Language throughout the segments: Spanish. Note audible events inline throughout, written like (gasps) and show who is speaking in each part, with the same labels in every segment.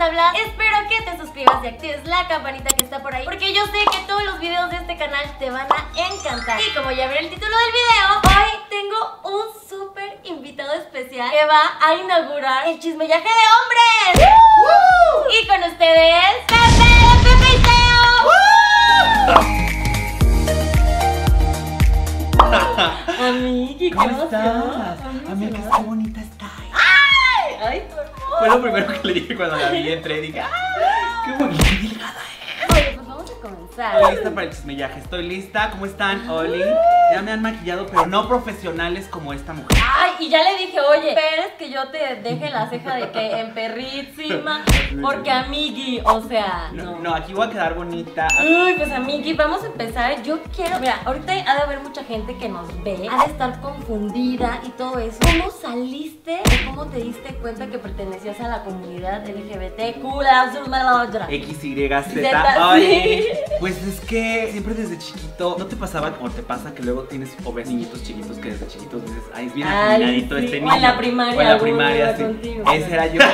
Speaker 1: hablas. Espero que te suscribas y actives la campanita que está por ahí, porque yo sé que todos los videos de este canal te van a encantar. Y como ya veré el título del video, hoy tengo un súper invitado especial que va a inaugurar el chismellaje de hombres. ¡Woo! Y con ustedes, Pepe de Pepe y Teo. (laughs) Amigui,
Speaker 2: ¿Cómo
Speaker 1: qué
Speaker 2: estás?
Speaker 1: emoción.
Speaker 2: Amiga, qué bonita estás.
Speaker 1: Ay, por favor.
Speaker 2: Fue lo primero que le dije cuando la vi entré y dije, ¡ah! ¡Qué bonita!
Speaker 1: Bueno, pues vamos a comenzar.
Speaker 2: Estoy lista para el chismillaje, estoy lista. ¿Cómo están, Oli? Ya me han maquillado, pero no profesionales como esta mujer.
Speaker 1: Ay, y ya le dije, oye, esperes que yo te deje la ceja de que en (laughs) perrísima, porque amigui, o sea,
Speaker 2: No,
Speaker 1: no.
Speaker 2: no, aquí voy a quedar bonita.
Speaker 1: Uy, pues amigui, vamos a empezar. Yo quiero, mira, ahorita ha de haber mucha gente que nos ve, ha de estar confundida y todo eso. ¿Cómo saliste o cómo te diste cuenta que pertenecías a la comunidad LGBTQ? la suma, la otra?
Speaker 2: XYZ.
Speaker 1: Zeta, sí.
Speaker 2: Oli. Pues es que siempre desde chiquito, ¿no te pasaba o te pasa que luego tienes o ves niñitos chiquitos que desde chiquitos dices, ay, es bien
Speaker 1: Ay,
Speaker 2: afeminadito
Speaker 1: sí.
Speaker 2: este
Speaker 1: O
Speaker 2: niño?
Speaker 1: en la primaria,
Speaker 2: O en la
Speaker 1: algún
Speaker 2: primaria,
Speaker 1: día
Speaker 2: sí.
Speaker 1: contigo. Ah.
Speaker 2: Ese
Speaker 1: (laughs)
Speaker 2: era yo. (laughs)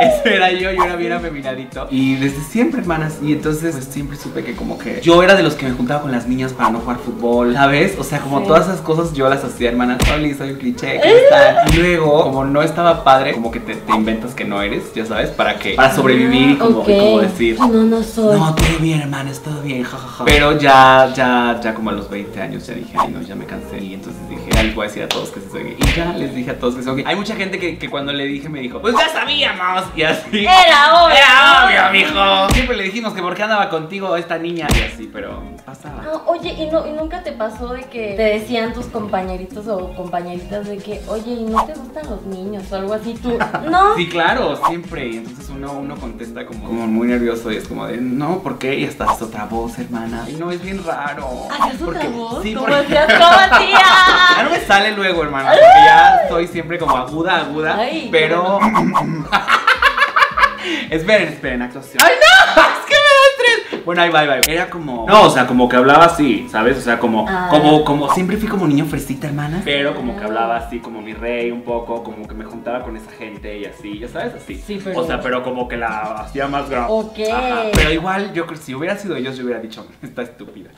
Speaker 2: Ese era yo, yo era bien afeminadito. Y desde siempre, hermanas. Y entonces, pues siempre supe que como que yo era de los que me juntaba con las niñas para no jugar fútbol, ¿sabes? O sea, como
Speaker 1: Sí.
Speaker 2: todas esas cosas yo las hacía, hermanas. Oli, soy un cliché,
Speaker 1: (laughs)
Speaker 2: ¿cómo están? Y luego, como no estaba padre, como que te, te inventas que no eres, ya sabes, para que, para sobrevivir y como,
Speaker 1: Ah,
Speaker 2: y como
Speaker 1: ok.
Speaker 2: decir.
Speaker 1: No, no soy.
Speaker 2: No, todo bien, hermanas, todo bien, jajaja. Pero ya, ya, ya como a los 20 años ya dije, ay no, ya me cansé. Y entonces dije, ay, les voy a decir a todos que sí soy gay. Y ya les dije a todos que soy gay. Hay mucha gente que, que cuando le dije me dijo, pues ya sabíamos. Y así.
Speaker 1: (laughs) Era obvio.
Speaker 2: Era obvio, mijo. Siempre le dijimos que por qué andaba contigo esta niña. Y así, pero pasaba.
Speaker 1: No, oye, ¿y, no, ¿y nunca te pasó de que te decían tus compañeritos o compañeritas de que, oye, ¿y no te gustan los niños o algo así?
Speaker 2: (laughs)
Speaker 1: Tú, no.
Speaker 2: Sí, claro, siempre. Y entonces uno, uno contesta como, como muy nervioso y es como de, no, ¿por qué? Y hasta es otra voz, hermana. Y no, es bien raro.
Speaker 1: ¿Hacías otra
Speaker 2: Porque-
Speaker 1: voz?
Speaker 2: Sí,
Speaker 1: ¿Cómo
Speaker 2: porque- (laughs)
Speaker 1: hacías? ¿Cómo
Speaker 2: Ya no
Speaker 1: hacías?
Speaker 2: me sale luego, hermano. Porque ya soy siempre como aguda, aguda.
Speaker 1: Ay,
Speaker 2: pero. (laughs) esperen, esperen, actuación. ¡Ay, no! (laughs) Es que me da estrés. Bueno, ahí va, ahí va. ahí va. Era como. No, o sea, como que hablaba así, ¿sabes? O sea, como.
Speaker 1: Ah.
Speaker 2: Como, como. Siempre fui como niño fresita, hermana. Pero como que hablaba así, como mi rey, un poco. Como que me juntaba con esa gente y así, ya sabes, así.
Speaker 1: Sí, pero-
Speaker 2: O sea, pero como que la hacía más grande.
Speaker 1: Ok.
Speaker 2: Ajá, Pero igual, yo creo que si hubiera sido yo, yo hubiera dicho, está (laughs) estúpida.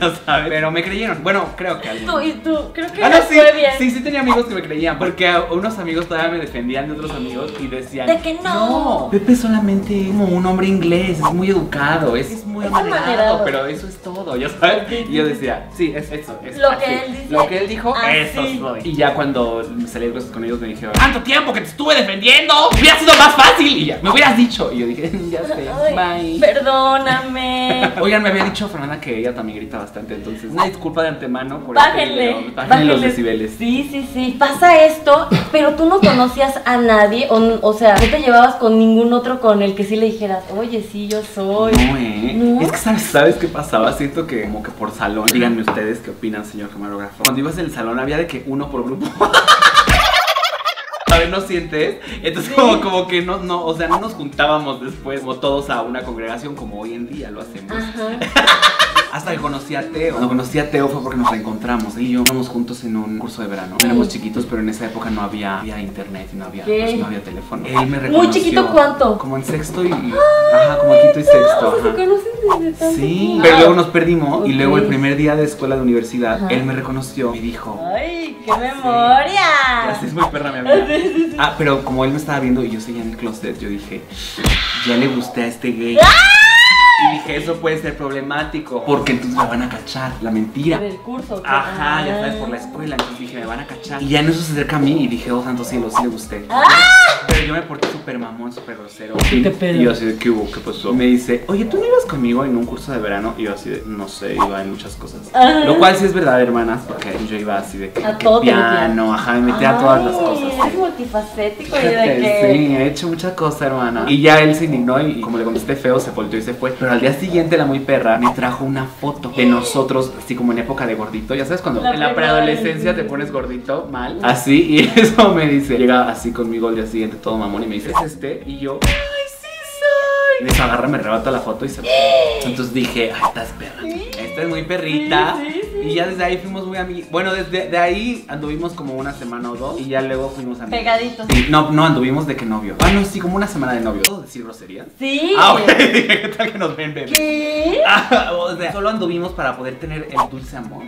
Speaker 2: no sabes. Pero me creyeron. Bueno, creo que algunos.
Speaker 1: Tú, y tú, creo que
Speaker 2: (laughs) Ah, no,
Speaker 1: no
Speaker 2: sí,
Speaker 1: fue bien.
Speaker 2: sí, sí tenía amigos que me creían, porque a unos amigos todavía me defendían de otros amigos y decían
Speaker 1: De que no.
Speaker 2: Pepe solamente es como un hombre inglés, es muy educado, es, es muy
Speaker 1: Es amanerado.
Speaker 2: amanerado, pero eso es todo, ya sabes. Y yo decía, sí, es eso, es
Speaker 1: Lo
Speaker 2: así.
Speaker 1: que él dice, Ah,
Speaker 2: Lo que él dijo,
Speaker 1: así.
Speaker 2: eso soy. Y ya cuando me salí de cosas con ellos me dijeron, tanto tiempo que te estuve defendiendo, hubiera sido más fácil y ya, me hubieras dicho. Y yo dije, "Mm, ya sé,
Speaker 1: Ay,
Speaker 2: bye. (laughs)
Speaker 1: Perdóname.
Speaker 2: Oigan, me había dicho Fernanda que ella también grita bastante, entonces una disculpa de antemano por este video.
Speaker 1: Bájenle,
Speaker 2: Bájenle los
Speaker 1: bájenle.
Speaker 2: decibeles.
Speaker 1: Sí, sí, sí. Pasa esto, pero tú no conocías a nadie, o, n- o sea, no te llevabas con ningún otro con el que sí le dijeras, oye, sí, yo soy.
Speaker 2: No, ¿eh?
Speaker 1: ¿No?
Speaker 2: Es que sabes, ¿sabes qué pasaba? Siento que como que por salón. Díganme ustedes qué opinan, señor camarógrafo. Cuando ibas en el salón había de que uno por grupo. A ver, ¿no sientes? Entonces
Speaker 1: Sí.
Speaker 2: como, como que no, no, o sea, no nos juntábamos después como todos a una congregación como hoy en día lo hacemos.
Speaker 1: Ajá.
Speaker 2: Hasta que conocí a Teo. Cuando conocí a Teo fue porque nos reencontramos. Él y yo íbamos juntos en un curso de verano.
Speaker 1: Sí.
Speaker 2: Éramos chiquitos, pero en esa época no había, había internet y no había,
Speaker 1: ¿Qué?
Speaker 2: pues, no había teléfono. Él me reconoció.
Speaker 1: Muy chiquito, ¿cuánto? Ah, pues,
Speaker 2: Como en sexto y... ajá, como en quinto y sexto.
Speaker 1: O sea,
Speaker 2: ajá.
Speaker 1: se conocen desde tanto
Speaker 2: Sí,
Speaker 1: tiempo.
Speaker 2: pero luego nos perdimos y luego el
Speaker 1: Ok.
Speaker 2: primer día de escuela de universidad,
Speaker 1: Ajá. Ah.
Speaker 2: él me reconoció y dijo,
Speaker 1: ¡Ay, qué memoria!
Speaker 2: gracias, muy perra mi amiga. Ah, pero como él me estaba viendo y yo seguía en el closet, yo dije, ya le gusté a este gay.
Speaker 1: ¡Ah!
Speaker 2: Y dije, eso puede ser problemático, porque entonces me van a cachar, la mentira.
Speaker 1: Del curso. ¿qué?
Speaker 2: Ajá,
Speaker 1: Ah.
Speaker 2: ya sabes, por la escuela, entonces dije, me van a cachar. Y ya en eso se acerca a mí y dije, oh, santo cielo, sí le gusté. Pero yo me porté súper mamón, súper grosero.
Speaker 1: Sí, Ah. qué pedo.
Speaker 2: Y yo así de, ¿qué hubo? ¿Qué pasó? Me dice, oye, ¿tú no ibas conmigo en un curso de verano? Y yo así de, no sé, iba en muchas cosas.
Speaker 1: Ajá.
Speaker 2: Lo cual sí es verdad, hermanas, porque yo iba así de que,
Speaker 1: A
Speaker 2: que
Speaker 1: todo te
Speaker 2: piano, ajá, me metía a todas las
Speaker 1: Ay,
Speaker 2: cosas.
Speaker 1: Eres
Speaker 2: sí.
Speaker 1: multifacético y de (laughs)
Speaker 2: (laughs) Fíjate,
Speaker 1: que.
Speaker 2: Sí, he hecho muchas cosas, hermana. Y ya él se indignó y como le contesté feo, se volteó y se fue. Pero al día siguiente, la muy perra me trajo una foto de nosotros, así como en época de gordito. Ya sabes, cuando
Speaker 1: La
Speaker 2: en la
Speaker 1: primera
Speaker 2: preadolescencia
Speaker 1: vez.
Speaker 2: te pones gordito, mal. Así, Ah, y (laughs) eso me dice. Llega así conmigo al día siguiente, todo mamón, y me dice, ¿es este? Y yo, ¡ay, sí soy! Me
Speaker 1: (gasps)
Speaker 2: agarra, me arrebata la foto y se va. Entonces dije, ¡ay, estás perra! Esta es muy perrita.
Speaker 1: Sí, sí, sí.
Speaker 2: Y ya desde ahí fuimos muy amigos. Bueno, desde de ahí anduvimos como una semana o dos y ya luego fuimos amigos.
Speaker 1: Pegaditos.
Speaker 2: Sí, no, no, anduvimos de que novio. Ah, no, sí, como una semana de novio. ¿Puedo decir groserías?
Speaker 1: Sí.
Speaker 2: Ah, ok. (laughs) Dije, ¿qué tal que nos ven, bebé?
Speaker 1: ¿Qué?
Speaker 2: Ah, o sea, solo anduvimos para poder tener el dulce amor.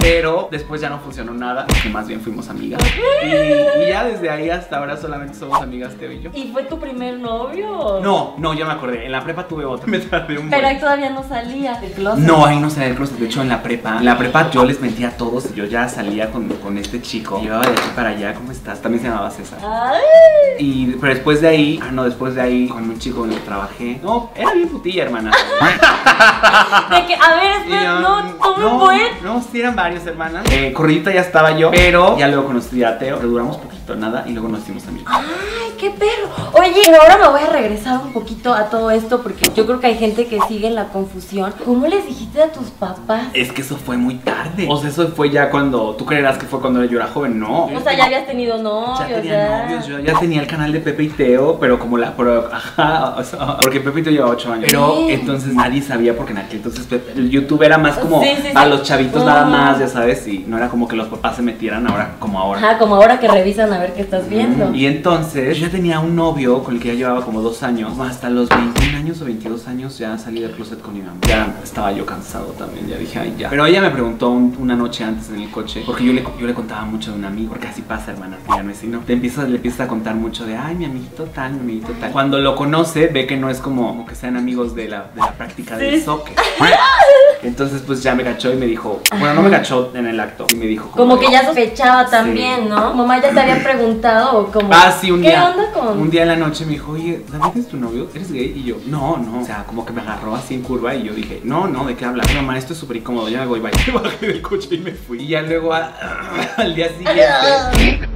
Speaker 2: Pero después ya no funcionó nada, que más bien fuimos amigas. Y, y ya desde ahí hasta ahora solamente somos amigas Teo y yo.
Speaker 1: ¿Y fue tu primer novio?
Speaker 2: No, no, ya me acordé. En la prepa tuve otro. (laughs) Me tardé un
Speaker 1: Pero
Speaker 2: buen.
Speaker 1: ahí todavía no salía del closet.
Speaker 2: No, ahí no salía del closet. De hecho, en la prepa, en la prepa yo les mentía a todos. Yo ya salía con, con este chico. Llevaba de aquí para allá. ¿Cómo estás? También se llamaba César.
Speaker 1: Ay.
Speaker 2: Y pero después de ahí, ah no, después de ahí con un chico en el que trabajé. No, era bien putilla, hermana.
Speaker 1: (laughs) De que, a ver,
Speaker 2: (laughs) Y,
Speaker 1: espera,
Speaker 2: um,
Speaker 1: no, ¿cómo
Speaker 2: no,
Speaker 1: fue?
Speaker 2: No, sí eran varios, hermanas. Eh, corridita ya estaba yo, pero ya luego conocí a Teo. Pero duramos poquito, nada, y luego nos hicimos amigos.
Speaker 1: Ah. Ay, qué perro. Oye, y ahora me voy a regresar un poquito a todo esto porque yo creo que hay gente que sigue en la confusión. ¿Cómo les dijiste a tus papás?
Speaker 2: Es que eso fue muy tarde. O sea, eso fue ya cuando. ¿Tú creerás que fue cuando yo era joven? No.
Speaker 1: O sea, ya habías tenido novios.
Speaker 2: Eh, Ya tenía novios, yo ya tenía el canal de Pepe y Teo, pero como la. Pero, ajá, o sea, porque Pepe y Teo llevaba 8 años. Pero
Speaker 1: Sí.
Speaker 2: entonces nadie sabía, porque en aquel entonces Pepe- el YouTube era más como
Speaker 1: Sí, sí, sí.
Speaker 2: a los chavitos nada
Speaker 1: Ujú.
Speaker 2: más, ya sabes, y no era como que los papás se metieran ahora como ahora.
Speaker 1: Ajá, como ahora que revisan a ver qué estás viendo.
Speaker 2: Mm, Y entonces yo ya tenía un novio con el que ya llevaba como dos años. Como Hasta los 21 años o 22 años ya salí del closet con mi mamá. Ya estaba yo cansado también, ya dije, ay, ya. Pero ella me preguntó un- una noche antes en el coche, porque yo le, yo le contaba mucho de un amigo, porque así pasa, hermana, ya no es sino. Te empiezas, le empiezas a contar mucho de, ay, mi amiguito tal, mi amiguito tal. Cuando lo conoce, ve que no es como, como que sean amigos de la, de la práctica del
Speaker 1: Sí.
Speaker 2: soccer. Entonces, pues ya me cachó y me dijo, bueno, no me cachó en el acto, y me dijo,
Speaker 1: Como que
Speaker 2: de-
Speaker 1: ya sospechaba también, ¿no? Mamá ya te había preguntado o como.
Speaker 2: Ah, sí, un
Speaker 1: ¿Qué
Speaker 2: día.
Speaker 1: onda con.?
Speaker 2: Un día en la noche me dijo, oye, ¿David es tu novio? ¿Eres gay? Y yo, no, no. O sea, como que me agarró así en curva y yo dije, no, no, ¿de qué hablas? Ay, Mamá, esto es súper incómodo, ya me voy, bye. (laughs) Y bajé del coche y me fui. Y ya luego a- (laughs) al día
Speaker 1: Ah,
Speaker 2: siguiente.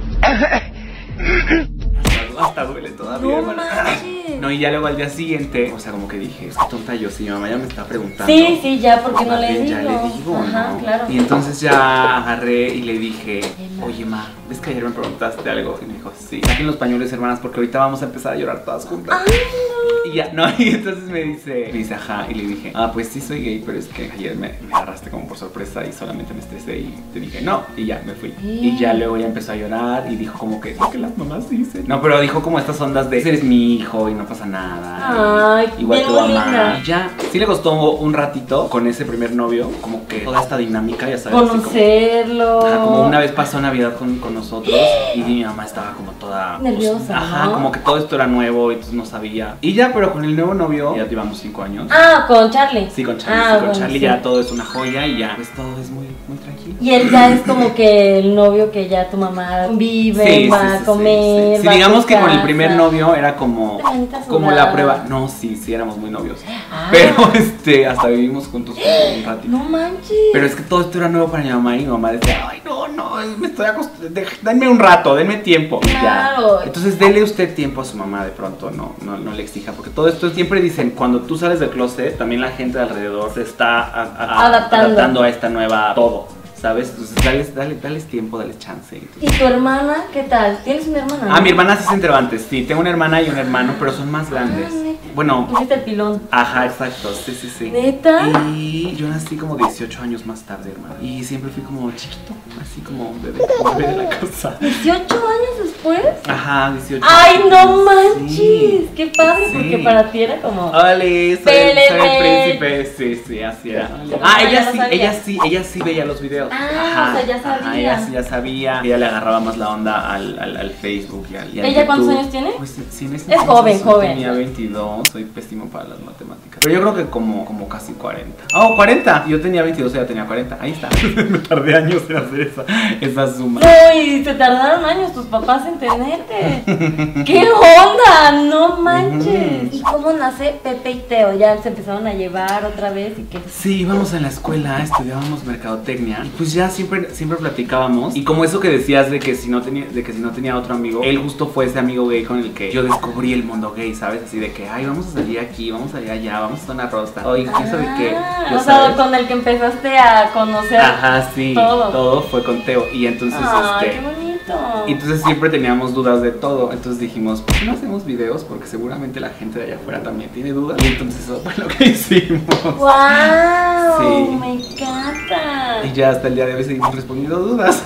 Speaker 2: hasta- Hasta duele todavía,
Speaker 1: No
Speaker 2: hermana.
Speaker 1: manches.
Speaker 2: No, y ya luego al día siguiente, o sea, como que dije, es que tonta yo, si mi mamá ya me está preguntando.
Speaker 1: Sí, sí, ya, porque no
Speaker 2: Más
Speaker 1: le
Speaker 2: bien,
Speaker 1: digo.
Speaker 2: Ya le digo,
Speaker 1: Ajá,
Speaker 2: ¿no?
Speaker 1: claro.
Speaker 2: Y entonces ya agarré y le dije,
Speaker 1: Emma.
Speaker 2: oye, ma, ¿ves que ayer me preguntaste algo? Y me dijo, sí, saquen los pañuelos, hermanas, porque ahorita vamos a empezar a llorar todas
Speaker 1: Ah,
Speaker 2: juntas. Y ya, no, (laughs) y entonces me dice, me dice, ajá, y le dije, ah, pues sí soy gay, pero es que ayer me, me agarraste como por sorpresa y solamente me estresé y te dije, no, y ya, me fui. Y
Speaker 1: Eh.
Speaker 2: ya luego ya empezó a llorar y dijo como que, lo que las mamás dicen. No, pero dijo como estas ondas de, eres mi hijo y no pasa nada.
Speaker 1: Ay,
Speaker 2: y igual
Speaker 1: bien
Speaker 2: te voy a amar".
Speaker 1: linda.
Speaker 2: Y ya, sí le costó un ratito con ese primer novio, como que toda esta dinámica, ya sabes, así como-
Speaker 1: Conocerlo.
Speaker 2: Ajá, como una vez pasó Navidad con, con nosotros y mi mamá estaba como toda pues,
Speaker 1: Nerviosa,
Speaker 2: ajá,
Speaker 1: ¿no?
Speaker 2: como que todo esto era nuevo y entonces no sabía. Y ya, pero con el nuevo novio, ya llevamos cinco años.
Speaker 1: Ah, con Charlie.
Speaker 2: Sí, con Charlie,
Speaker 1: Ah,
Speaker 2: sí, con
Speaker 1: bueno,
Speaker 2: Charlie
Speaker 1: sí.
Speaker 2: ya todo es una joya y ya, pues todo es muy, muy tranquilo.
Speaker 1: Y él ya es como que el novio que ya tu mamá vive, va a comer.
Speaker 2: sí. Sí,
Speaker 1: va a
Speaker 2: digamos
Speaker 1: tu
Speaker 2: que con el primer
Speaker 1: casa.
Speaker 2: novio era como,
Speaker 1: La manita
Speaker 2: como
Speaker 1: sudada.
Speaker 2: la prueba. No, sí, sí, éramos muy novios.
Speaker 1: Ah.
Speaker 2: Pero (laughs) este, hasta vivimos juntos un ratito.
Speaker 1: No manches.
Speaker 2: Pero es que todo esto era nuevo para mi mamá y mi mamá decía, ay, no, no, me estoy acostumbrando, denme un rato, denme tiempo. Y ya.
Speaker 1: Claro.
Speaker 2: Entonces, dele usted tiempo a su mamá de pronto, no, no, no le exija, porque todo esto siempre dicen, cuando tú sales del closet, también la gente de alrededor se está a- a-
Speaker 1: Adaptando.
Speaker 2: adaptando a esta nueva todo, ¿sabes? Entonces, dale, dale, dales tiempo, dale chance.
Speaker 1: ¿Y tu hermana qué tal? ¿Tienes una hermana?
Speaker 2: Ah, mi hermana sí se enteró antes, sí, tengo una hermana y un hermano, pero son más grandes.
Speaker 1: Ah, neta.
Speaker 2: Bueno,
Speaker 1: Pusiste el pilón.
Speaker 2: Ajá, exacto, sí, sí, sí.
Speaker 1: ¿Neta?
Speaker 2: Y yo nací como 18 años más tarde, hermano. Y siempre fui como chiquito, así como un bebé, un bebé de la casa.
Speaker 1: ¿18 años después?
Speaker 2: Ajá, 18
Speaker 1: ¡Ay, no
Speaker 2: Sí.
Speaker 1: manches! ¡Qué padre!
Speaker 2: Sí.
Speaker 1: Porque para ti era como.
Speaker 2: ¡Ole! Soy, el- soy
Speaker 1: Péleme.
Speaker 2: el príncipe. Sí, sí, así era.
Speaker 1: Ya
Speaker 2: Ah,
Speaker 1: lo
Speaker 2: ella sí,
Speaker 1: sabía.
Speaker 2: ella sí, ella sí veía los videos.
Speaker 1: Ah, o sea, ya
Speaker 2: Ajá,
Speaker 1: sabía.
Speaker 2: ella sí ya sabía. Ella le agarraba más la onda al, al, al Facebook y al, y al
Speaker 1: ¿Ella cuántos
Speaker 2: YouTube.
Speaker 1: años tiene?
Speaker 2: Pues sí, en ese
Speaker 1: Es joven,
Speaker 2: entonces yo
Speaker 1: joven.
Speaker 2: Tenía 22, soy pésimo para las matemáticas. Pero yo creo que como, como casi 40. ¡Oh, 40! Yo tenía 22, ella tenía 40. Ahí está. (laughs) Me tardé años en hacer esa, esa suma.
Speaker 1: No, y se tardaron años tus papás en
Speaker 2: (laughs)
Speaker 1: tenerte. ¡Qué onda! ¡No manches!
Speaker 2: Ujú.
Speaker 1: ¿Y cómo nace Pepe y Teo? Ya se empezaron a llevar otra vez y que.
Speaker 2: Sí, íbamos a la escuela, estudiábamos mercadotecnia y pues ya siempre, siempre platicábamos. Y como eso que decías de que si no tenía, de que si no tenía otro amigo, él justo fue ese amigo gay con el que yo descubrí el mundo gay, ¿sabes? Así de que, ay, vamos a salir aquí, vamos a salir allá, vamos a zona rosa. Oye, Pues, quién sabe qué.
Speaker 1: Ah,
Speaker 2: ya
Speaker 1: o sea,
Speaker 2: sabes.
Speaker 1: con el que empezaste a conocer.
Speaker 2: Ajá, sí,
Speaker 1: todo.
Speaker 2: todo. fue con Teo. Y entonces,
Speaker 1: Ay,
Speaker 2: este.
Speaker 1: qué bonito. Exacto.
Speaker 2: Y entonces siempre teníamos dudas de todo. Entonces dijimos, ¿por qué no hacemos videos? Porque seguramente la gente de allá afuera también tiene dudas. Y entonces eso fue lo que (laughs) hicimos.
Speaker 1: ¡Wow!
Speaker 2: Sí.
Speaker 1: Me encanta.
Speaker 2: Y ya hasta el día de hoy seguimos respondiendo dudas.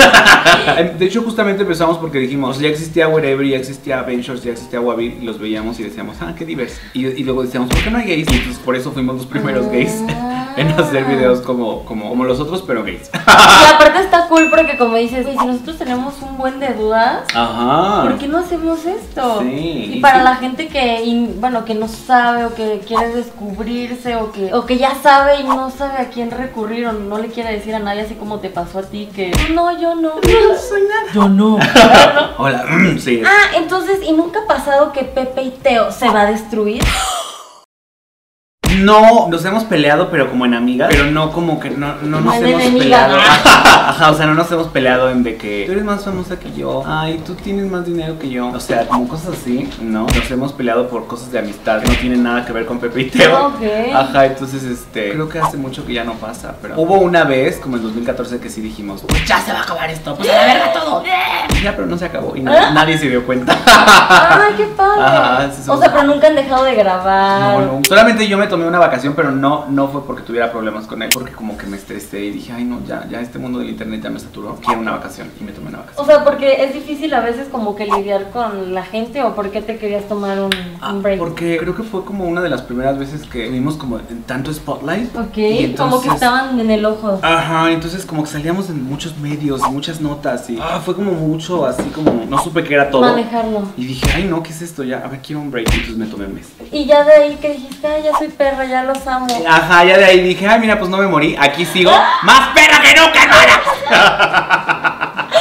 Speaker 2: De hecho, justamente empezamos porque dijimos, ya existía Wherever, ya existía Ventures, ya existía Wabi, y los veíamos y decíamos, ah, qué diverso. Y, y luego decíamos, ¿por qué no hay gays? Y entonces por eso fuimos los primeros gays
Speaker 1: Ah.
Speaker 2: en hacer videos como, como, como los otros, pero gays. (laughs)
Speaker 1: Y aparte está cool porque como dices, güey, si nosotros tenemos un buen de dudas,
Speaker 2: Ajá.
Speaker 1: ¿por qué no hacemos esto?
Speaker 2: Ah. Sí.
Speaker 1: Y para la gente que, in- bueno, que no sabe o que quiere descubrirse o que, o que ya sabe y no sabe a quién recurrir o no le quiere decir a nadie así como te pasó a ti que no, (laughs) yo no. No soy nada. Yo no.
Speaker 2: (laughs) Hola, (clears throat) sí.
Speaker 1: Ah, entonces, ¿y nunca ha pasado que Pepe y Teo se va a
Speaker 2: (laughs)
Speaker 1: destruir?
Speaker 2: No, nos hemos peleado, pero como en amigas. Pero no como que no, no
Speaker 1: Como
Speaker 2: nos
Speaker 1: en
Speaker 2: hemos
Speaker 1: enemigas.
Speaker 2: peleado. Ajá, o sea, no nos hemos peleado en de que tú eres más famosa que yo. Ay, tú tienes más dinero que yo. O sea, como cosas así, ¿no? Nos hemos peleado por cosas de amistad. No tienen nada que ver con Pepe y Teo.
Speaker 1: Ok.
Speaker 2: Ajá, entonces este. Creo que hace mucho que ya no pasa, pero. Hubo una vez, como en 2014, que sí dijimos, pues ya se va a acabar esto, pues a la verga todo. Ya, pero no se acabó y na- nadie se dio cuenta.
Speaker 1: Ay, qué padre.
Speaker 2: Ajá, sí,
Speaker 1: o
Speaker 2: somos-
Speaker 1: sea, pero nunca han dejado de grabar.
Speaker 2: No, no. Solamente yo me tomé una vacación, pero no, no fue porque tuviera problemas con él, porque como que me estresé y dije, ay no, ya, ya este mundo del internet ya me saturó, quiero una vacación y me tomé una
Speaker 1: O
Speaker 2: vacación.
Speaker 1: sea, porque es difícil a veces como que lidiar con la gente o por qué te querías tomar un,
Speaker 2: Ah,
Speaker 1: un break.
Speaker 2: porque creo que fue como una de las primeras veces que tuvimos como en tanto spotlight.
Speaker 1: Ok,
Speaker 2: y
Speaker 1: como que
Speaker 2: entonces-
Speaker 1: estaban en el ojo.
Speaker 2: Ajá, entonces como que salíamos en muchos medios, muchas notas y ah, fue como mucho así como no supe qué era todo.
Speaker 1: Manejarlo.
Speaker 2: Y dije, ay no, ¿qué es esto? Ya, a ver, quiero un break. Y entonces me tomé un mes.
Speaker 1: Y ya de ahí que dijiste, "Ay, ya soy perra, ya los amo.
Speaker 2: Ajá, ya de ahí dije, ay mira, pues no me morí, aquí
Speaker 1: (laughs)
Speaker 2: sigo. ¡Más perra que nunca, hermana!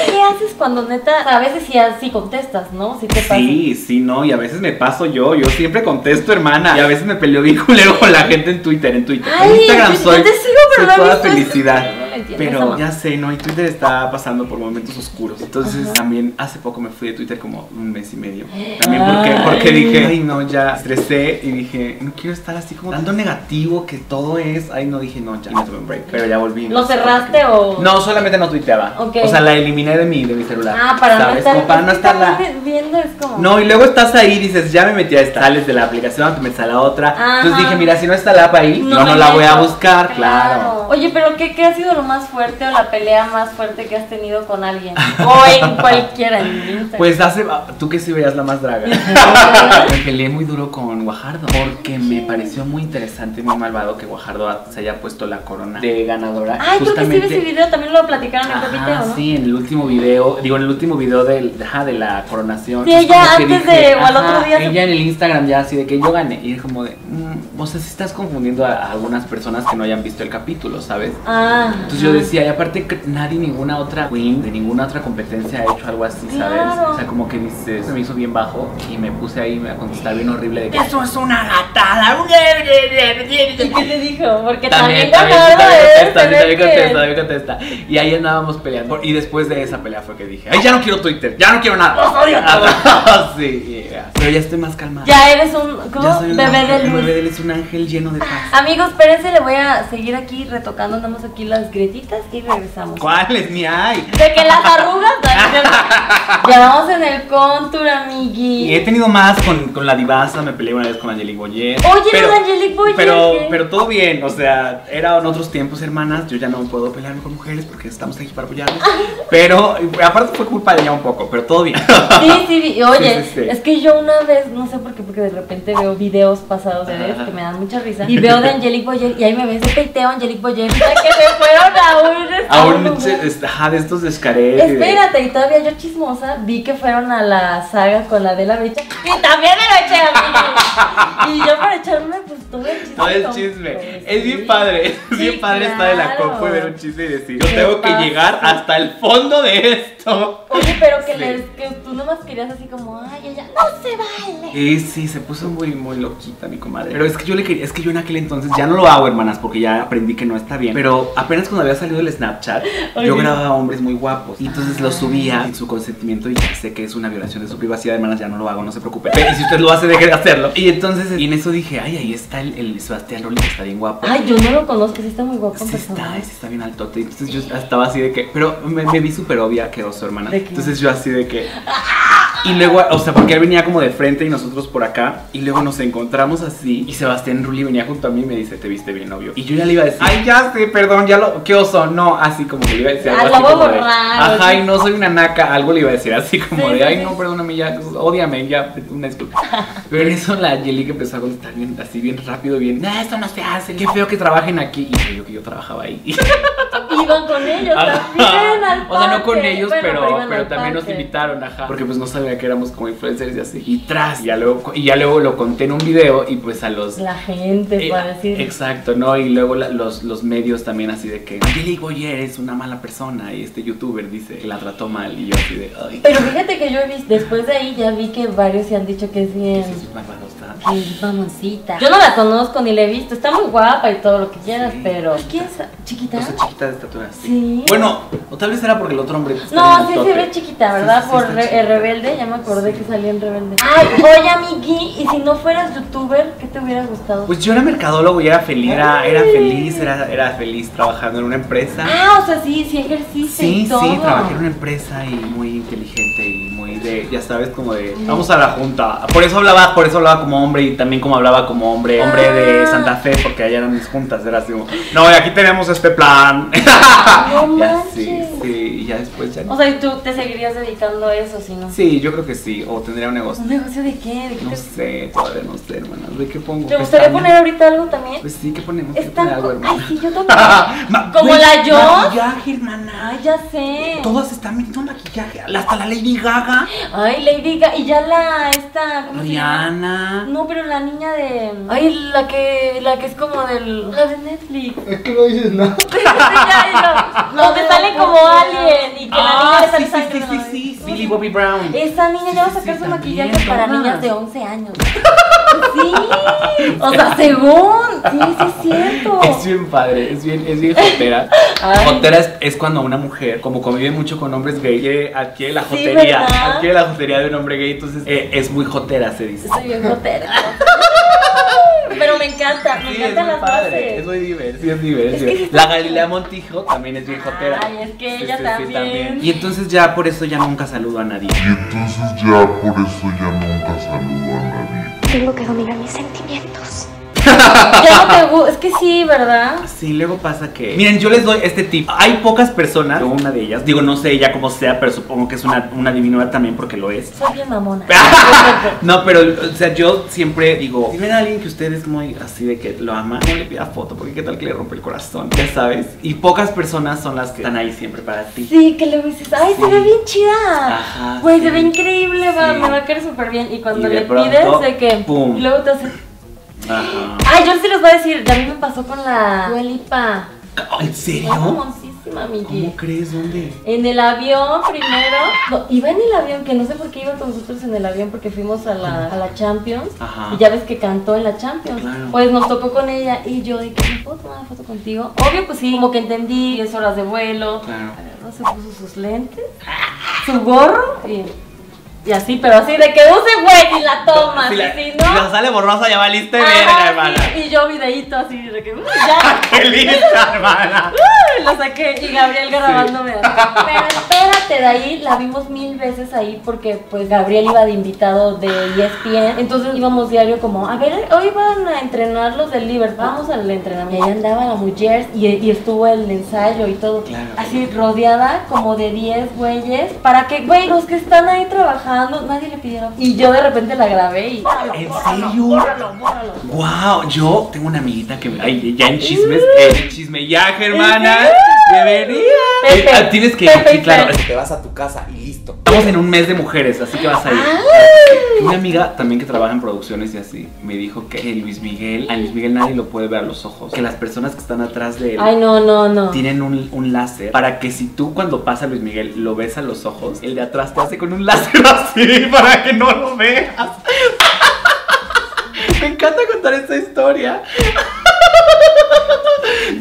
Speaker 1: ¿Qué haces cuando neta? A veces sí, sí contestas, ¿no? Si te pasa.
Speaker 2: Sí, sí, no, y a veces me paso yo, yo siempre contesto, hermana. Y a veces me peleo bien (laughs) culero con la gente en Twitter, en Twitter.
Speaker 1: Ay,
Speaker 2: en Instagram
Speaker 1: yo- yo
Speaker 2: soy,
Speaker 1: te sigo, pero no he
Speaker 2: soy toda
Speaker 1: visto eso.
Speaker 2: felicidad.
Speaker 1: No lo entiendo, esa
Speaker 2: Pero
Speaker 1: ma-
Speaker 2: ya sé, no, y Twitter está pasando por momentos oscuros. Entonces también hace poco me fui de Twitter como un mes y medio. También porque,
Speaker 1: Ay.
Speaker 2: porque dije, ay no, ya estresé y dije, no quiero estar así como tanto negativo que todo es. Ay no, dije, no, ya me tomé un break. Pero ya volví.
Speaker 1: ¿Lo cerraste o...?
Speaker 2: No, solamente no tuiteaba.
Speaker 1: Ok.
Speaker 2: O sea, la eliminé de mi, de mi celular.
Speaker 1: Ah, para no
Speaker 2: ¿sabes?
Speaker 1: estar...
Speaker 2: Como para no
Speaker 1: es que
Speaker 2: estarla.
Speaker 1: también Viendo es como...
Speaker 2: No, y luego estás ahí y dices, ya me metí a esta, sales de la aplicación, te metes a la otra.
Speaker 1: Ajá.
Speaker 2: Entonces dije, mira, si no está la app ahí, no, no,
Speaker 1: me
Speaker 2: la voy a
Speaker 1: meto.
Speaker 2: buscar, claro.
Speaker 1: Oye, pero qué, ¿qué ha sido lo más fuerte o la pelea más fuerte que has tenido con alguien? O
Speaker 2: (laughs)
Speaker 1: en cualquiera, en Instagram.
Speaker 2: Pues hace, tú que sí veías la más draga. (laughs) me peleé muy duro con Guajardo porque me pareció muy interesante, muy malvado que Guajardo se haya puesto la corona de ganadora.
Speaker 1: Ay, creo que sí vi ese video, también lo platicaron en
Speaker 2: Ajá,
Speaker 1: Pepiteo, ¿no?
Speaker 2: sí, en el último video, digo, en el último video del, ajá, de la coronación.
Speaker 1: Sí,
Speaker 2: es
Speaker 1: ella
Speaker 2: como que
Speaker 1: antes de- o al otro
Speaker 2: ajá,
Speaker 1: día se-
Speaker 2: Ella en el Instagram ya así de que yo gané. Y es como de, mm, o sea, si estás confundiendo a, a algunas personas que no hayan visto el capítulo, ¿sabes?
Speaker 1: Ah.
Speaker 2: Entonces yo decía, y aparte que nadie, ninguna otra queen de ninguna otra competencia ha hecho algo así, ¿sabes?
Speaker 1: Claro.
Speaker 2: O sea, como que dices, se me hizo bien bajo y me puse ahí a contestar bien horrible de que eso es una gatada.
Speaker 1: (laughs) ¿Y qué te dijo? Porque también,
Speaker 2: También, también,
Speaker 1: ganaba,
Speaker 2: también
Speaker 1: ¿eh?
Speaker 2: contesta,
Speaker 1: Se ve
Speaker 2: también
Speaker 1: que-
Speaker 2: contesta, también contesta. Y ahí andábamos peleando. Y después de esa pelea fue que dije, ay, ya no quiero Twitter, ya no quiero nada.
Speaker 1: Los odio a
Speaker 2: Ajá, (laughs) sí, yeah. Pero ya estoy más calmada.
Speaker 1: Ya eres un ¿cómo?
Speaker 2: Ya soy un
Speaker 1: bebé
Speaker 2: ángel,
Speaker 1: de
Speaker 2: el
Speaker 1: luz.
Speaker 2: bebé de luz, un ángel lleno de paz.
Speaker 1: Amigos, espérense, le voy a seguir aquí retocando, andamos aquí las grietitas y regresamos.
Speaker 2: (laughs) ¿Cuáles ni hay?
Speaker 1: De que las arrugas ya vamos en el contour, amigui.
Speaker 2: Y este- he tenido más con, con la divasa, me peleé una vez con Angelique Boyer.
Speaker 1: Oye, lo de Angelique Boyer,
Speaker 2: Pero,
Speaker 1: ¿qué?
Speaker 2: pero todo bien, o sea, eran otros tiempos, hermanas. Yo ya no puedo pelearme con mujeres porque estamos aquí para apoyarles. Pero eh, aparte fue culpa de ella un poco, pero todo bien.
Speaker 1: Sí, sí, vi- oye,
Speaker 2: Sí, sí, sí.
Speaker 1: es que yo una vez, no sé por qué, porque de repente veo videos pasados de veces que me dan mucha
Speaker 2: (laughs)
Speaker 1: risa. Y veo de Angelique Boyer y ahí me ves de peiteo Angelique Boyer. ya que se fueron a un
Speaker 2: Aún
Speaker 1: restaurante.
Speaker 2: ajá, de estos descaretes. y de-
Speaker 1: Espérate, y todavía yo chismosa vi que fueron a la saga con la de la brecha y también me lo eché a mí. Y yo para echarme, pues todo el chisme.
Speaker 2: Todo el
Speaker 1: completo,
Speaker 2: chisme.
Speaker 1: sí.
Speaker 2: Es bien padre. Es bien
Speaker 1: Sí,
Speaker 2: padre estar en la
Speaker 1: claro.
Speaker 2: copa y ver un chisme y decir, yo
Speaker 1: ¿Qué
Speaker 2: tengo que
Speaker 1: pasa?
Speaker 2: llegar hasta el fondo de esto.
Speaker 1: Oye, pero que,
Speaker 2: Sí.
Speaker 1: les, que tú nomás querías así como, ay, ella, no se vale.
Speaker 2: Sí, Eh, sí, se puso muy, muy loquita mi comadre. Pero es que yo le quería, es que yo en aquel entonces ya no lo hago, hermanas, porque ya aprendí que no está bien. Pero apenas cuando había salido el Snapchat, yo
Speaker 1: Oye. Ah.
Speaker 2: grababa hombres muy guapos. Y entonces los subía sin su consentimiento y ya sé que es una violación de su privacidad, hermanas, ya no lo hago, no se preocupen. Y si usted lo hace, deje de hacerlo. Y entonces, y en eso dije, ay, ahí está el, el Sebastián Rulli, que está bien guapo.
Speaker 1: Ay, yo no lo conozco, sí está muy guapo en
Speaker 2: Sí
Speaker 1: persona.
Speaker 2: está, sí está bien altote. Entonces yo estaba así de que. Pero me, me vi súper obvia, quedó su hermana.
Speaker 1: ¿De
Speaker 2: de que. Entonces yo así de que. Y luego, o sea, porque él venía como de frente y nosotros por acá. Y luego nos encontramos así. Y Sebastián Rulli venía junto a mí y me dice, ¿te viste bien, novio? Y yo ya le iba a decir, ay, ya sé, perdón, ya lo. ¿Qué oso? No, así como que le iba a decir
Speaker 1: Ah,
Speaker 2: algo. así
Speaker 1: lo hago
Speaker 2: como de,
Speaker 1: borrar,
Speaker 2: Ajá,
Speaker 1: sí.
Speaker 2: y no soy una naca. Algo le iba a decir así como
Speaker 1: Sí,
Speaker 2: de,
Speaker 1: sí,
Speaker 2: ay,
Speaker 1: sí.
Speaker 2: no, perdóname, ya, odiame, ya, una
Speaker 1: (laughs)
Speaker 2: disculpa. Pero en eso la Angelica empezó a contestar bien, así bien rápido, bien, no, esto no se hace, qué feo que trabajen aquí. Y yo, yo que yo trabajaba
Speaker 1: (laughs)
Speaker 2: ahí.
Speaker 1: Iban con ellos
Speaker 2: Ajá.
Speaker 1: también al
Speaker 2: O sea, no con
Speaker 1: parque.
Speaker 2: ellos,
Speaker 1: Bueno,
Speaker 2: pero,
Speaker 1: iban
Speaker 2: pero,
Speaker 1: al
Speaker 2: también nos
Speaker 1: parque.
Speaker 2: invitaron, ajá. Porque pues no sabía que éramos como influencers y así. Y tras, y ya luego, y ya luego lo conté en un video y pues a los...
Speaker 1: La gente,
Speaker 2: eh,
Speaker 1: para decir.
Speaker 2: Exacto, ¿no? Y luego la- los, los medios también así de que Angelique Boyer es una mala persona y este youtuber dice que la trató mal y yo así de... Ay,
Speaker 1: Pero fíjate que yo he visto, después de ahí ya vi que varios se han dicho que es bien.
Speaker 2: esa es una barbaridad.
Speaker 1: Es famosita. Yo no la conozco ni la he visto. Está muy guapa y todo lo que quieras,
Speaker 2: Sí.
Speaker 1: pero. ¿Quién es? ¿Chiquita?
Speaker 2: O sea, chiquita de estatura. sí.
Speaker 1: Sí.
Speaker 2: Bueno, o tal vez era porque el otro hombre... está bien
Speaker 1: No, sí
Speaker 2: altote.
Speaker 1: se ve chiquita,
Speaker 2: Sí,
Speaker 1: ¿verdad?
Speaker 2: sí, sí
Speaker 1: Por
Speaker 2: está
Speaker 1: Re-
Speaker 2: chiquita.
Speaker 1: Rebelde, ya me acordé que salía en Rebelde. Ay, oye, amigui, y si no fueras youtuber, ¿qué te hubiera gustado?
Speaker 2: Pues yo era mercadólogo y era feliz, era, era
Speaker 1: Ay.
Speaker 2: feliz, era, era feliz trabajando en una empresa.
Speaker 1: Ah, o sea, sí, sí ejercicio
Speaker 2: Sí,
Speaker 1: y todo.
Speaker 2: sí, trabajé en una empresa y muy inteligente y muy de, ya sabes, como de, vamos a la junta. Por eso hablaba, por eso hablaba como hombre y también como hablaba como hombre, hombre de
Speaker 1: Ah.
Speaker 2: Santa Fe, porque allá eran mis juntas, era así como, no, y aquí tenemos
Speaker 1: (laughs)
Speaker 2: este plan.
Speaker 1: Ah, No
Speaker 2: ya, sí,
Speaker 1: manches.
Speaker 2: sí, y ya después ya.
Speaker 1: O sea, ¿y tú te seguirías dedicando a eso si no?
Speaker 2: Sí, yo creo que sí, o tendría un negocio.
Speaker 1: ¿Un negocio de qué? ¿De qué
Speaker 2: No
Speaker 1: te...
Speaker 2: sé, todavía no sé, hermanas, ¿de qué pongo?
Speaker 1: ¿Te gustaría
Speaker 2: ¿Pestañas?
Speaker 1: poner ahorita algo también?
Speaker 2: Pues sí, ¿qué ponemos? ¿Qué
Speaker 1: Está
Speaker 2: pone algo,
Speaker 1: co- Ay,
Speaker 2: hermana?
Speaker 1: sí, yo también.
Speaker 2: (laughs) Ma-
Speaker 1: ¿Como
Speaker 2: güey,
Speaker 1: la Joss?
Speaker 2: Maquillaje, hermana.
Speaker 1: Ay, ya sé.
Speaker 2: Todas están metiendo maquillaje. Hasta la Lady Gaga.
Speaker 1: Ay, Lady Gaga. Y ya la esta. ¿cómo se llama?
Speaker 2: Rihanna.
Speaker 1: No, pero la niña de. Ay, la que. La que es como del. La de Netflix. (laughs)
Speaker 2: Es que no dices nada. (laughs)
Speaker 1: no, te sale como alien. Y que la niña
Speaker 2: Ah,
Speaker 1: le
Speaker 2: sí,
Speaker 1: sale
Speaker 2: sí, sí,
Speaker 1: sangre,
Speaker 2: sí,
Speaker 1: ¿no?
Speaker 2: sí. Billy Bobby Brown.
Speaker 1: Esa niña ya va a sacar
Speaker 2: Sí, sí, sí,
Speaker 1: su
Speaker 2: también,
Speaker 1: maquillaje para
Speaker 2: todas.
Speaker 1: niñas de 11
Speaker 2: (laughs)
Speaker 1: años. Sí. O sea, según. Sí, sí, es cierto.
Speaker 2: (laughs) Es bien padre, es bien, es bien jotera.
Speaker 1: (laughs) Ay.
Speaker 2: Jotera es, es cuando una mujer, como convive mucho con hombres gay, que adquiere la
Speaker 1: Sí,
Speaker 2: jotería,
Speaker 1: ¿verdad?
Speaker 2: adquiere la jotería de un hombre gay, entonces eh, es muy jotera, se dice.
Speaker 1: Soy bien grotera. Pero me encanta, me
Speaker 2: Sí, es
Speaker 1: encantan
Speaker 2: muy
Speaker 1: las
Speaker 2: padre,
Speaker 1: bases.
Speaker 2: es muy divertido, es divertido.
Speaker 1: Es que sí está
Speaker 2: la
Speaker 1: padre.
Speaker 2: Galilea Montijo también es bien jotera. Este,
Speaker 1: Ay, es que ella también.
Speaker 2: Y entonces ya por eso ya nunca saludo a nadie.
Speaker 3: Y entonces ya por eso ya nunca saludo a nadie.
Speaker 4: Tengo que dominar mis sentimientos.
Speaker 1: Ya no te gu- es que sí, ¿verdad?
Speaker 2: Sí, luego pasa que... Miren, yo les doy este tip. Hay pocas personas, yo una de ellas, digo, no sé ella cómo sea, pero supongo que es una, una divinidad también porque lo es. (laughs)
Speaker 1: Soy bien mamona.
Speaker 2: No, pero, o sea, yo siempre digo, si ven a alguien que ustedes muy así de que lo ama, no le pida foto, porque qué tal que le rompe el corazón, ya sabes. Y pocas personas son las que están ahí siempre para ti.
Speaker 1: Sí, que le dices, ay, se
Speaker 2: Sí.
Speaker 1: ve bien chida.
Speaker 2: Ajá,
Speaker 1: Güey,
Speaker 2: sí.
Speaker 1: se ve increíble, va,
Speaker 2: Sí.
Speaker 1: me va a caer súper bien. Y cuando
Speaker 2: Y de
Speaker 1: le
Speaker 2: pronto,
Speaker 1: pides, de que.
Speaker 2: pum.
Speaker 1: y Luego te hace.
Speaker 2: Ajá.
Speaker 1: Ay, yo sí les voy a decir, ya a mí me pasó con la duelipa.
Speaker 2: ¿En
Speaker 1: Fue
Speaker 2: serio?
Speaker 1: famosísima,
Speaker 2: ¿Cómo
Speaker 1: amigui.
Speaker 2: crees? ¿Dónde?
Speaker 1: En el avión primero. No, iba en el avión, que no sé por qué iba con nosotros en el avión, porque fuimos a la, a la Champions.
Speaker 2: Ajá.
Speaker 1: Y ya ves que cantó en la Champions.
Speaker 2: Claro.
Speaker 1: Pues nos tocó con ella y yo de que me puedo tomar una foto contigo. Obvio, pues sí, como que entendí 10 horas de vuelo.
Speaker 2: Claro.
Speaker 1: A ver, ¿no? Se puso sus lentes, su gorro y, y así, pero así de que use güey y la toma.
Speaker 2: Si
Speaker 1: Si,
Speaker 2: la,
Speaker 1: si
Speaker 2: si la
Speaker 1: no.
Speaker 2: sale borrosa ya valiste
Speaker 1: ajá,
Speaker 2: verga,
Speaker 1: sí,
Speaker 2: hermana.
Speaker 1: y yo videíto así de que "Uy,
Speaker 2: (laughs)
Speaker 1: ya
Speaker 2: ¡Qué lista, hermana!
Speaker 1: (laughs) lo saqué y Gabriel grabándome. Pero espérate, de ahí la vimos mil veces ahí porque pues Gabriel iba de invitado de E ESPN. Entonces íbamos diario como, a ver, hoy van a entrenar los del Liverpool. Vamos al entrenamiento. Y ahí andaba la mujer y, y estuvo el ensayo y todo.
Speaker 2: Claro.
Speaker 1: Así rodeada como de 10 güeyes para que, güey, los que están ahí trabajando, nadie le pidieron. Y yo de repente la grabé y...
Speaker 2: ¿En serio? Wow, yo tengo una amiguita que me. Ay, ya en chismes,
Speaker 1: Uh.
Speaker 2: en chismellaje, hermana. Bienvenida.
Speaker 1: Pepe.
Speaker 2: Eh, ah, tienes que ir,
Speaker 1: Pepe
Speaker 2: sí,
Speaker 1: y
Speaker 2: claro.
Speaker 1: Fer.
Speaker 5: Te vas a tu casa y listo.
Speaker 2: Estamos en un mes de mujeres, así que vas a ir. Una amiga también que trabaja en producciones y así me dijo que Luis Miguel, a Luis Miguel nadie lo puede ver a los ojos. Que las personas que están atrás de él
Speaker 1: Ay, no, no, no.
Speaker 2: tienen un, un láser para que si tú cuando pasa Luis Miguel lo ves a los ojos, el de atrás te hace con un láser (laughs) así para que no lo veas. Me encanta contar esta historia. (laughs)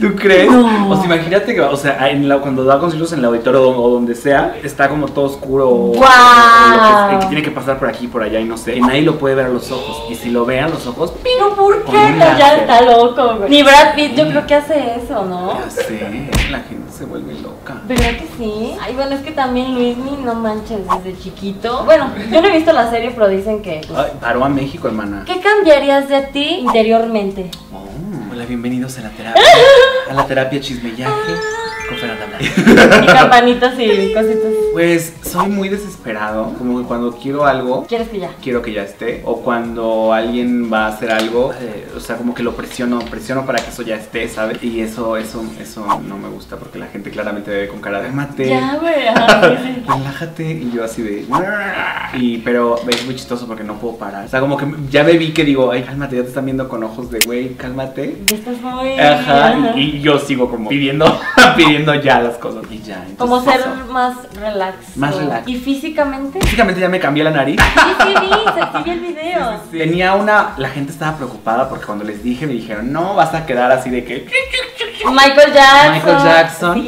Speaker 2: ¿Tú crees?
Speaker 1: No.
Speaker 2: O sea, imagínate que, o sea, en la- cuando da conciertos en el auditorio o, o donde sea, está como todo oscuro. o-
Speaker 1: Guau.
Speaker 2: o lo que- que tiene que pasar por aquí, por allá y no sé. Y nadie lo puede ver a los ojos. Y si lo ve a los ojos,
Speaker 1: Pero ¿por qué?
Speaker 2: Con un
Speaker 1: No, ya
Speaker 2: láser.
Speaker 1: está loco, güey. Ni Brad Pitt yo creo que hace eso, ¿no?
Speaker 2: ya sé. la gente se vuelve loca.
Speaker 1: ¿Verdad que sí? Ay, bueno, es que también Luismi, no manches, desde chiquito.
Speaker 2: (laughs)
Speaker 1: Bueno, yo no he visto la serie, pero dicen que... pues,
Speaker 2: Ay, paró a México, hermana.
Speaker 1: ¿Qué cambiarías de ti interiormente?
Speaker 2: Oh, hola, bienvenidos a la terapia. A la terapia chismellaje con Fernanda Blanca. (laughs)
Speaker 1: Y campanitas y cositas.
Speaker 2: Pues soy muy desesperado. Como que cuando quiero algo,
Speaker 1: ¿Quieres que ya?
Speaker 2: quiero que ya esté. O cuando alguien va a hacer algo, eh, o sea, como que lo presiono, presiono para que eso ya esté, ¿sabes? Y eso, eso, eso no me gusta porque la gente claramente ve con cara de mate.
Speaker 1: Ya, güey. ajá, sí,
Speaker 2: (laughs)
Speaker 1: sí.
Speaker 2: Relájate y yo así de... Y pero es muy chistoso porque no puedo parar. O sea, como que ya me vi que digo, ay, cálmate, ya te están viendo con ojos de, güey, cálmate.
Speaker 1: Ya estás muy...
Speaker 2: Ajá, y, y yo sigo como pidiendo, (laughs) pidiendo ya las cosas. Y ya, entonces
Speaker 1: Como ser
Speaker 2: eso.
Speaker 1: más relax.
Speaker 2: Más relax.
Speaker 1: ¿Y físicamente? Sí,
Speaker 2: Básicamente ya me cambié la nariz.
Speaker 1: sí,
Speaker 2: (laughs)
Speaker 1: vi, sí, vi el video.
Speaker 2: Tenía una. La gente estaba preocupada porque cuando les dije, me dijeron, no vas a quedar así de que.
Speaker 1: Michael Jackson.
Speaker 2: Michael Jackson.
Speaker 1: Sí.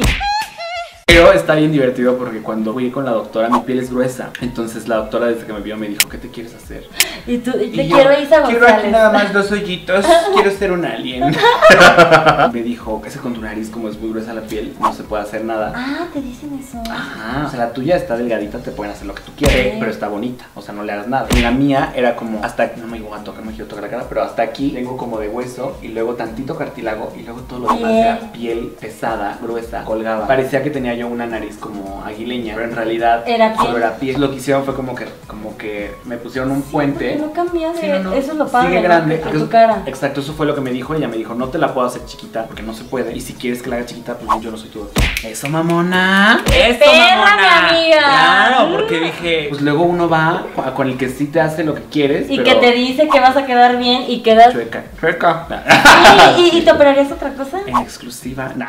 Speaker 2: Pero está bien divertido porque cuando fui con la doctora, mi piel es gruesa. Entonces la doctora, desde que me vio, me dijo, ¿qué te quieres hacer?
Speaker 1: Y tú, y te
Speaker 2: Y yo,
Speaker 1: quiero Isa
Speaker 2: Quiero aquí
Speaker 1: González.
Speaker 2: nada más dos hoyitos. quiero ser
Speaker 1: (laughs)
Speaker 2: un alien. me dijo, ese con tu nariz, como es muy gruesa la piel, no se puede hacer nada.
Speaker 1: Ah, te dicen eso.
Speaker 2: Ajá, o sea, la tuya está delgadita, te pueden hacer lo que tú quieras,
Speaker 1: Sí.
Speaker 2: pero está bonita, o sea, no le hagas nada. Y la mía era como, hasta aquí, no me iba a tocar, no me quiero tocar la cara, pero hasta aquí tengo como de hueso y luego tantito cartílago y luego todo lo demás
Speaker 1: Piel.
Speaker 2: era piel pesada, gruesa, colgada. Parecía que tenía yo una nariz como aguileña, pero en realidad
Speaker 1: Era
Speaker 2: solo
Speaker 1: piel.
Speaker 2: era piel. Lo que hicieron fue como que, como que me pusieron un puente.
Speaker 1: Porque No cambias,
Speaker 2: Sí, no, no.
Speaker 1: eso es lo padre.
Speaker 2: Sigue
Speaker 1: ¿no?
Speaker 2: grande.
Speaker 1: A
Speaker 2: Eso-
Speaker 1: tu cara.
Speaker 2: Exacto, eso fue lo que me dijo. Ella me dijo, no te la puedo hacer chiquita porque no se puede. Y si quieres que la haga chiquita, pues yo no soy tu doctor. Eso, mamona. Eso,
Speaker 1: Perra, mi amiga.
Speaker 2: Claro, porque dije, pues luego uno va a- con el que sí te hace lo que quieres.
Speaker 1: Y
Speaker 2: pero
Speaker 1: que te dice que vas a quedar bien y quedas.
Speaker 2: Chueca. Chueca.
Speaker 1: ¿Y, y- y te operarías otra cosa?
Speaker 2: En exclusiva. nah.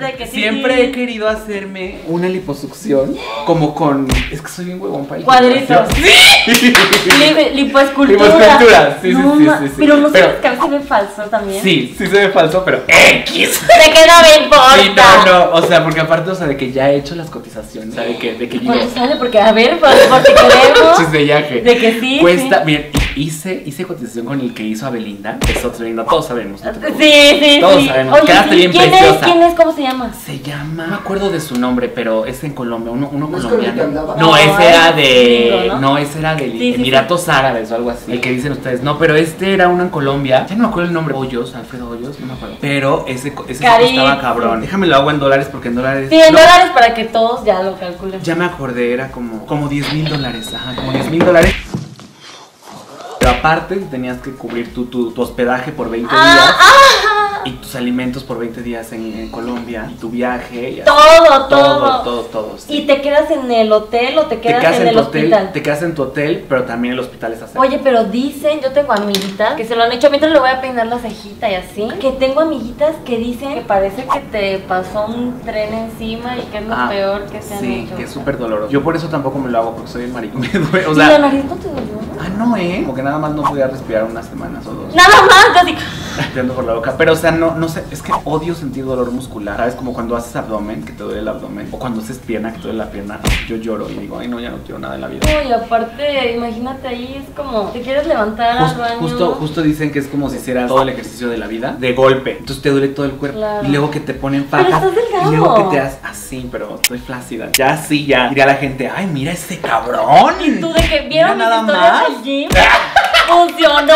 Speaker 1: De que sí.
Speaker 2: Siempre he querido hacerme una liposucción como con... Es que soy bien huevón para el
Speaker 1: Cuadritos. (laughs)
Speaker 2: Sí.
Speaker 1: Li- lipoescultura.
Speaker 2: Lipoescultura, sí, sí,
Speaker 1: No,
Speaker 2: sí,
Speaker 1: ma-
Speaker 2: sí, sí.
Speaker 1: Pero no
Speaker 2: Pero-
Speaker 1: sabes que a veces ve falso también.
Speaker 2: Sí, sí se ve falso, pero X.
Speaker 1: De que no me importa.
Speaker 2: Sí, no, no, o sea, porque aparte, o sea, de que ya he hecho las cotizaciones, o sea, de que, de que digo,
Speaker 1: Pues sale porque, a ver, por, por si queremos.
Speaker 2: chismellaje.
Speaker 1: De que sí.
Speaker 2: Cuesta, miren, hice, hice cotización con el que hizo a Belinda, es otro lindo, todos sabemos. no te
Speaker 1: Sí, sí,
Speaker 2: preocupes.
Speaker 1: sí.
Speaker 2: Todos
Speaker 1: sí.
Speaker 2: sabemos,
Speaker 1: Oye,
Speaker 2: quedaste
Speaker 1: sí,
Speaker 2: bien
Speaker 1: ¿quién
Speaker 2: preciosa.
Speaker 1: Es, ¿Quién es? ¿Cómo se llama?
Speaker 2: Se llama, no me acuerdo de su nombre, pero es en Colombia, uno, uno
Speaker 6: ¿No es con el que
Speaker 2: colombiano.
Speaker 6: andaba?
Speaker 2: No,
Speaker 1: Ah,
Speaker 2: ese era de,
Speaker 1: Gringo, ¿no?
Speaker 2: no, ese era de
Speaker 1: sí, sí.
Speaker 2: Emiratos Árabes o algo así. El que dicen ustedes, no, pero este era uno en Colombia. Ya no me acuerdo el nombre. Hoyos, Alfredo Hoyos, no me acuerdo. Pero ese, co- ese sí
Speaker 1: Carísimo.
Speaker 2: costaba cabrón. Déjame lo hago en dólares porque en dólares.
Speaker 1: 100
Speaker 2: no,
Speaker 1: dólares para que todos ya lo calculen.
Speaker 2: Ya me acordé, era como, como 10 mil dólares. Ajá, como 10 mil dólares. Pero aparte tenías que cubrir tu, tu, tu hospedaje por 20
Speaker 1: Ah,
Speaker 2: días. Y tus alimentos por 20 días en, en Colombia. Y tu viaje. y así.
Speaker 1: Todo, todo.
Speaker 2: Todo, todo, todo, sí.
Speaker 1: ¿Y te quedas en el hotel o te
Speaker 2: Te
Speaker 1: quedas, en, el
Speaker 2: tu hotel,
Speaker 1: hospital?
Speaker 2: Te quedas en tu hotel, pero también el hospital es hacer.
Speaker 1: Oye, pero dicen, yo tengo amiguitas que se lo han hecho mientras le voy a peinar la cejita y así. Que tengo amiguitas que dicen que parece que te pasó un tren encima y que es lo
Speaker 2: Ah,
Speaker 1: peor que se han
Speaker 2: Sí,
Speaker 1: hecho.
Speaker 2: que es súper doloroso. Yo por eso tampoco me lo hago, porque soy maricón. (laughs) Me duele, O
Speaker 1: ¿Y la
Speaker 2: sea,
Speaker 1: nariz no te dolió?
Speaker 2: ah, no, ¿eh? Como que nada más no podía respirar unas semanas o dos.
Speaker 1: Nada más, casi.
Speaker 2: Tirando por la boca. Pero, o sea, no, no sé, es que odio sentir dolor muscular. ¿Sabes? Como cuando haces abdomen, que te duele el abdomen. O cuando haces pierna, que te duele la pierna. Yo lloro y digo, ay, no, ya no quiero nada en la vida.
Speaker 1: No, y aparte, imagínate ahí, es como, te quieres levantar
Speaker 2: Jus-
Speaker 1: al baño.
Speaker 2: justo, justo dicen que es como si hicieras todo el ejercicio de la vida de golpe. Entonces te duele todo el cuerpo.
Speaker 1: Claro.
Speaker 2: Y luego que te ponen
Speaker 1: Pero
Speaker 2: fajas.
Speaker 1: estás delgado.
Speaker 2: Y luego que te haces así, pero estoy flácida. Ya sí, ya. Dirá la gente, ay, mira ese cabrón.
Speaker 1: Y tú de que vieron mis
Speaker 2: Mira nada
Speaker 1: historias
Speaker 2: más.
Speaker 1: (laughs) del
Speaker 2: (laughs)
Speaker 1: gym, funcionó.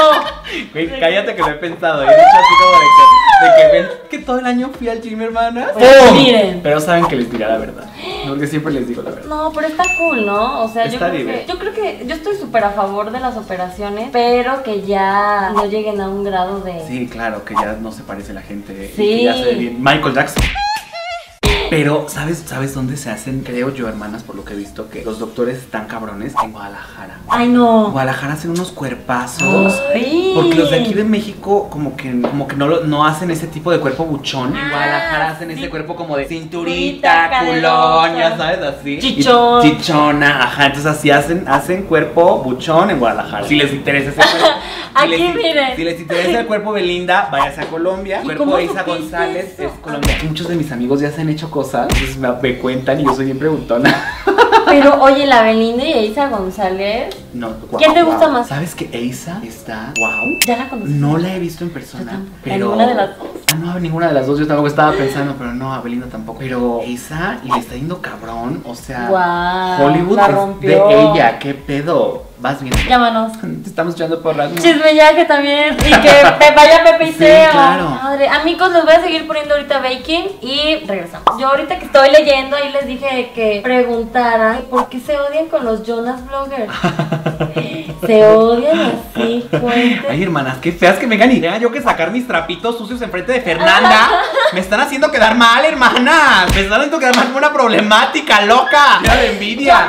Speaker 2: Güey, cállate
Speaker 1: (laughs)
Speaker 2: que lo he pensado. He dicho así como de que, de que ven que todo el año fui al gym, hermana.
Speaker 1: Pues,
Speaker 2: ¡Pum!
Speaker 1: miren.
Speaker 2: Pero saben que les dirá la verdad. Porque siempre les digo la verdad.
Speaker 1: No, pero está cool, ¿no? O sea, yo
Speaker 2: Está
Speaker 1: creo, que,
Speaker 2: divertido.
Speaker 1: yo creo que yo estoy súper a favor de las operaciones, pero que ya no lleguen a un grado de...
Speaker 2: Sí, claro, que ya no se parece la gente. y
Speaker 1: Sí.
Speaker 2: que ya se ve bien. Michael Jackson. Pero, ¿sabes, ¿sabes dónde se hacen? Creo yo, hermanas, por lo que he visto, que los doctores están cabrones en Guadalajara.
Speaker 1: Ay,
Speaker 2: En
Speaker 1: no.
Speaker 2: Guadalajara hacen unos cuerpazos.
Speaker 1: Ay.
Speaker 2: Porque los de aquí de México como que, como que no, lo- no hacen ese tipo de cuerpo buchón. En
Speaker 1: Ah,
Speaker 2: Guadalajara hacen
Speaker 1: sí.
Speaker 2: ese cuerpo como de cinturita,
Speaker 1: Cinturita,
Speaker 2: culón,
Speaker 1: caderosa.
Speaker 2: ya sabes, así.
Speaker 1: Chichón.
Speaker 2: Y chichona, ajá. Entonces así hacen, hacen cuerpo buchón en Guadalajara. Si les interesa ese
Speaker 1: (laughs)
Speaker 2: cuerpo.
Speaker 1: Aquí,
Speaker 2: les, in-
Speaker 1: miren.
Speaker 2: Si les interesa el cuerpo Belinda, váyase a Colombia.
Speaker 1: ¿Y
Speaker 2: El cuerpo
Speaker 1: cómo
Speaker 2: de Isa
Speaker 1: supiste
Speaker 2: González
Speaker 1: eso?
Speaker 2: es Colombia. Muchos de mis amigos ya se han hecho cosas, entonces me, me cuentan y yo soy bien preguntona.
Speaker 1: Pero oye, la Belinda y Isa González,
Speaker 2: No, guau,
Speaker 1: ¿Quién te
Speaker 2: guau.
Speaker 1: gusta más?
Speaker 2: ¿Sabes que Eisa está wow?
Speaker 1: ya la conocí.
Speaker 2: Pues, No la he visto en
Speaker 1: Yo
Speaker 2: persona,
Speaker 1: tampoco.
Speaker 2: pero... Ah,
Speaker 1: Ninguna de las dos.
Speaker 2: no, ninguna de las dos. Yo tampoco estaba pensando, pero no, Abelinda tampoco. Pero esa, y le está yendo cabrón. O sea,
Speaker 1: Guau,
Speaker 2: Hollywood
Speaker 1: la
Speaker 2: es de
Speaker 1: rompió.
Speaker 2: ella. ¿Qué pedo? Vas bien.
Speaker 1: Llámanos.
Speaker 2: Te estamos echando por las.
Speaker 1: Chisme ya que también. Y
Speaker 2: (laughs)
Speaker 1: que te vaya Pepe y
Speaker 2: Sí,
Speaker 1: Teo.
Speaker 2: claro.
Speaker 1: Madre. Amigos, los voy a seguir poniendo ahorita baking y regresamos. Yo ahorita que estoy leyendo, ahí les dije que preguntaran por qué se odian con los Jonas
Speaker 2: (laughs)
Speaker 1: Bloggers. se odian así,
Speaker 2: Ay,
Speaker 1: fuerte.
Speaker 2: hermanas, qué feas que me vengan y tenga yo que sacar mis trapitos sucios enfrente de Fernanda. Me están haciendo quedar mal, hermanas. Me están haciendo quedar mal como una problemática loca. Mira de envidia.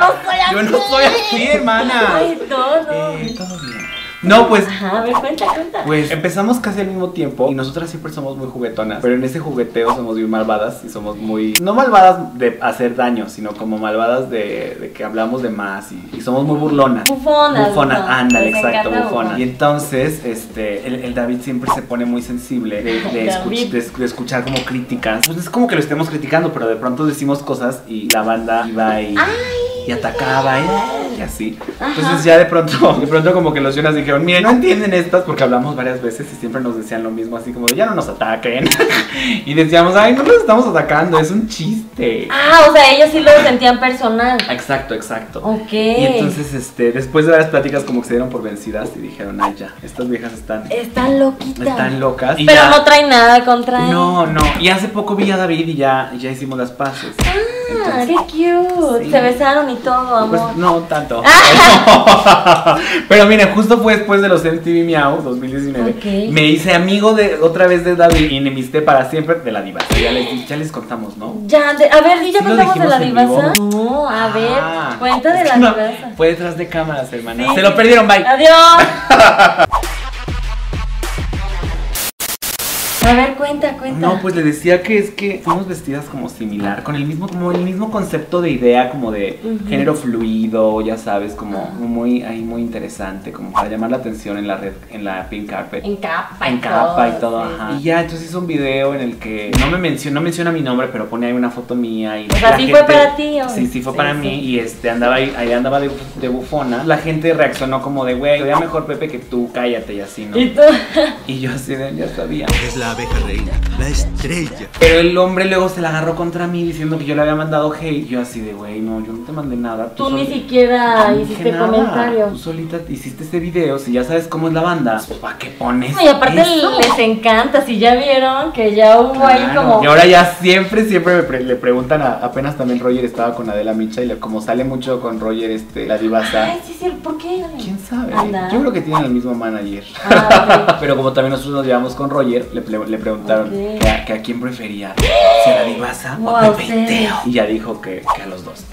Speaker 1: Yo no soy así.
Speaker 2: Yo no soy así, hermana.
Speaker 1: Ay, todo.
Speaker 2: Eh, todo bien. No, pues
Speaker 1: Ajá, a ver, cuenta, cuenta.
Speaker 2: Pues empezamos casi al mismo tiempo y nosotras siempre somos muy juguetonas, pero en ese jugueteo somos bien malvadas y somos muy... No malvadas de hacer daño, sino como malvadas de, de que hablamos de más y, y somos muy burlonas.
Speaker 1: Bufonas,
Speaker 2: Bufonas,
Speaker 1: ¿no?
Speaker 2: ándale,
Speaker 1: Les
Speaker 2: exacto,
Speaker 1: encanta
Speaker 2: bufonas.
Speaker 1: bufonas.
Speaker 2: Y entonces, este, el, el David siempre se pone muy sensible de, de escuch-
Speaker 1: David.
Speaker 2: de esc- de escuchar como críticas. Pues no es como que lo estemos criticando, pero de pronto decimos cosas y la banda iba y... y atacaba ¿eh? y, y así. Entonces ya de pronto, (laughs) de pronto como que los Jonas dijeron, miren, no entienden estas porque hablamos varias veces y siempre nos decían lo mismo, así como de, ya no nos ataquen. (laughs) y decíamos, ay, no nos estamos atacando, es un chiste.
Speaker 1: Ah, o sea, ellos sí lo sentían personal.
Speaker 2: Exacto, exacto.
Speaker 1: Ok.
Speaker 2: Y entonces, este, después de varias pláticas como que se dieron por vencidas y dijeron, ay ya, estas viejas están,
Speaker 1: Están loquitas.
Speaker 2: están locas. Y
Speaker 1: Pero
Speaker 2: ya-
Speaker 1: no traen nada contra él.
Speaker 2: No, no. Y hace poco vi a David y ya, ya hicimos las paces.
Speaker 1: Ah,
Speaker 2: Entonces-
Speaker 1: qué cute.
Speaker 2: Sí.
Speaker 1: Se besaron y todo, amor. Ah.
Speaker 2: Pues, no tanto. (laughs) Pero miren, justo fue después de los MTV Miau 2019.
Speaker 1: Ok.
Speaker 2: Me hice amigo de otra vez de David y enemisté para siempre de la diva. Ya les, ya les contamos, ¿no?
Speaker 1: Ya, de- a ver, ¿y ya
Speaker 2: ¿Sí
Speaker 1: contamos
Speaker 2: lo
Speaker 1: de
Speaker 2: dijimos
Speaker 1: la
Speaker 2: en
Speaker 1: divasa?
Speaker 2: vivo?
Speaker 1: No, a
Speaker 2: Ah.
Speaker 1: ver, cuenta de
Speaker 2: Es
Speaker 1: la
Speaker 2: que no,
Speaker 1: divasa.
Speaker 2: Fue detrás de cámaras, hermana. Se lo perdieron,
Speaker 1: Ah,
Speaker 2: bye.
Speaker 1: Adiós.
Speaker 2: (laughs)
Speaker 1: a ver, cuenta, cuenta.
Speaker 2: No, pues le decía que es que fuimos vestidas como similar, con el mismo, como el mismo concepto de idea, como de
Speaker 1: Ujú.
Speaker 2: género fluido, ya sabes, como muy, ahí muy interesante, como para llamar la atención en la red, en la pink carpet.
Speaker 1: En capa y
Speaker 2: en
Speaker 1: todo.
Speaker 2: capa y todo,
Speaker 1: sí.
Speaker 2: ajá. Y ya, entonces hizo un video en el que no me menciona, no menciona mi nombre, pero pone ahí una foto mía y
Speaker 1: O sea, sí fue para ti, hombre.
Speaker 2: Sí, sí fue
Speaker 1: Sí,
Speaker 2: para
Speaker 1: sí.
Speaker 2: mí y este andaba ahí, ahí andaba de, de bufona. La gente reaccionó como de, güey, veía mejor Pepe que tú, cállate y así, ¿no?
Speaker 1: Y
Speaker 2: (laughs)
Speaker 1: tú.
Speaker 2: Y yo así de, ya sabía.
Speaker 6: Es la abeja reina, la estrella.
Speaker 2: Pero el hombre luego se la agarró contra mí diciendo que yo le había mandado hate. Yo así de, güey, no, yo no te mandé nada.
Speaker 1: Tú ni
Speaker 2: solo-
Speaker 1: siquiera
Speaker 2: No dije
Speaker 1: hiciste
Speaker 2: Pues, nada. Pues, Tú
Speaker 1: comentarios.
Speaker 2: solita hiciste ese video, si ya sabes cómo es la banda, pues, ¿para qué pones
Speaker 1: Y aparte
Speaker 2: eso?
Speaker 1: les encanta, si ya vieron que ya hubo ahí
Speaker 2: Claro.
Speaker 1: como.
Speaker 2: Y ahora ya siempre, siempre me pre- le preguntan a- apenas también Roger estaba con Adela Micha y le- como sale mucho con Roger este, la divasa.
Speaker 1: Ay, sí, sí, ¿por qué?
Speaker 2: ¿Quién sabe?
Speaker 1: Anda.
Speaker 2: Yo creo que tienen el mismo manager.
Speaker 1: Ah, ok.
Speaker 2: (laughs) Pero como también nosotros nos llevamos con Roger, le, pre- le preguntaron
Speaker 1: Ok.
Speaker 2: que, a, que a quién prefería, si a la divasa o a
Speaker 1: Wow,
Speaker 2: Pepe
Speaker 1: ustedes.
Speaker 2: y Teo. Y ya dijo que, que a los dos.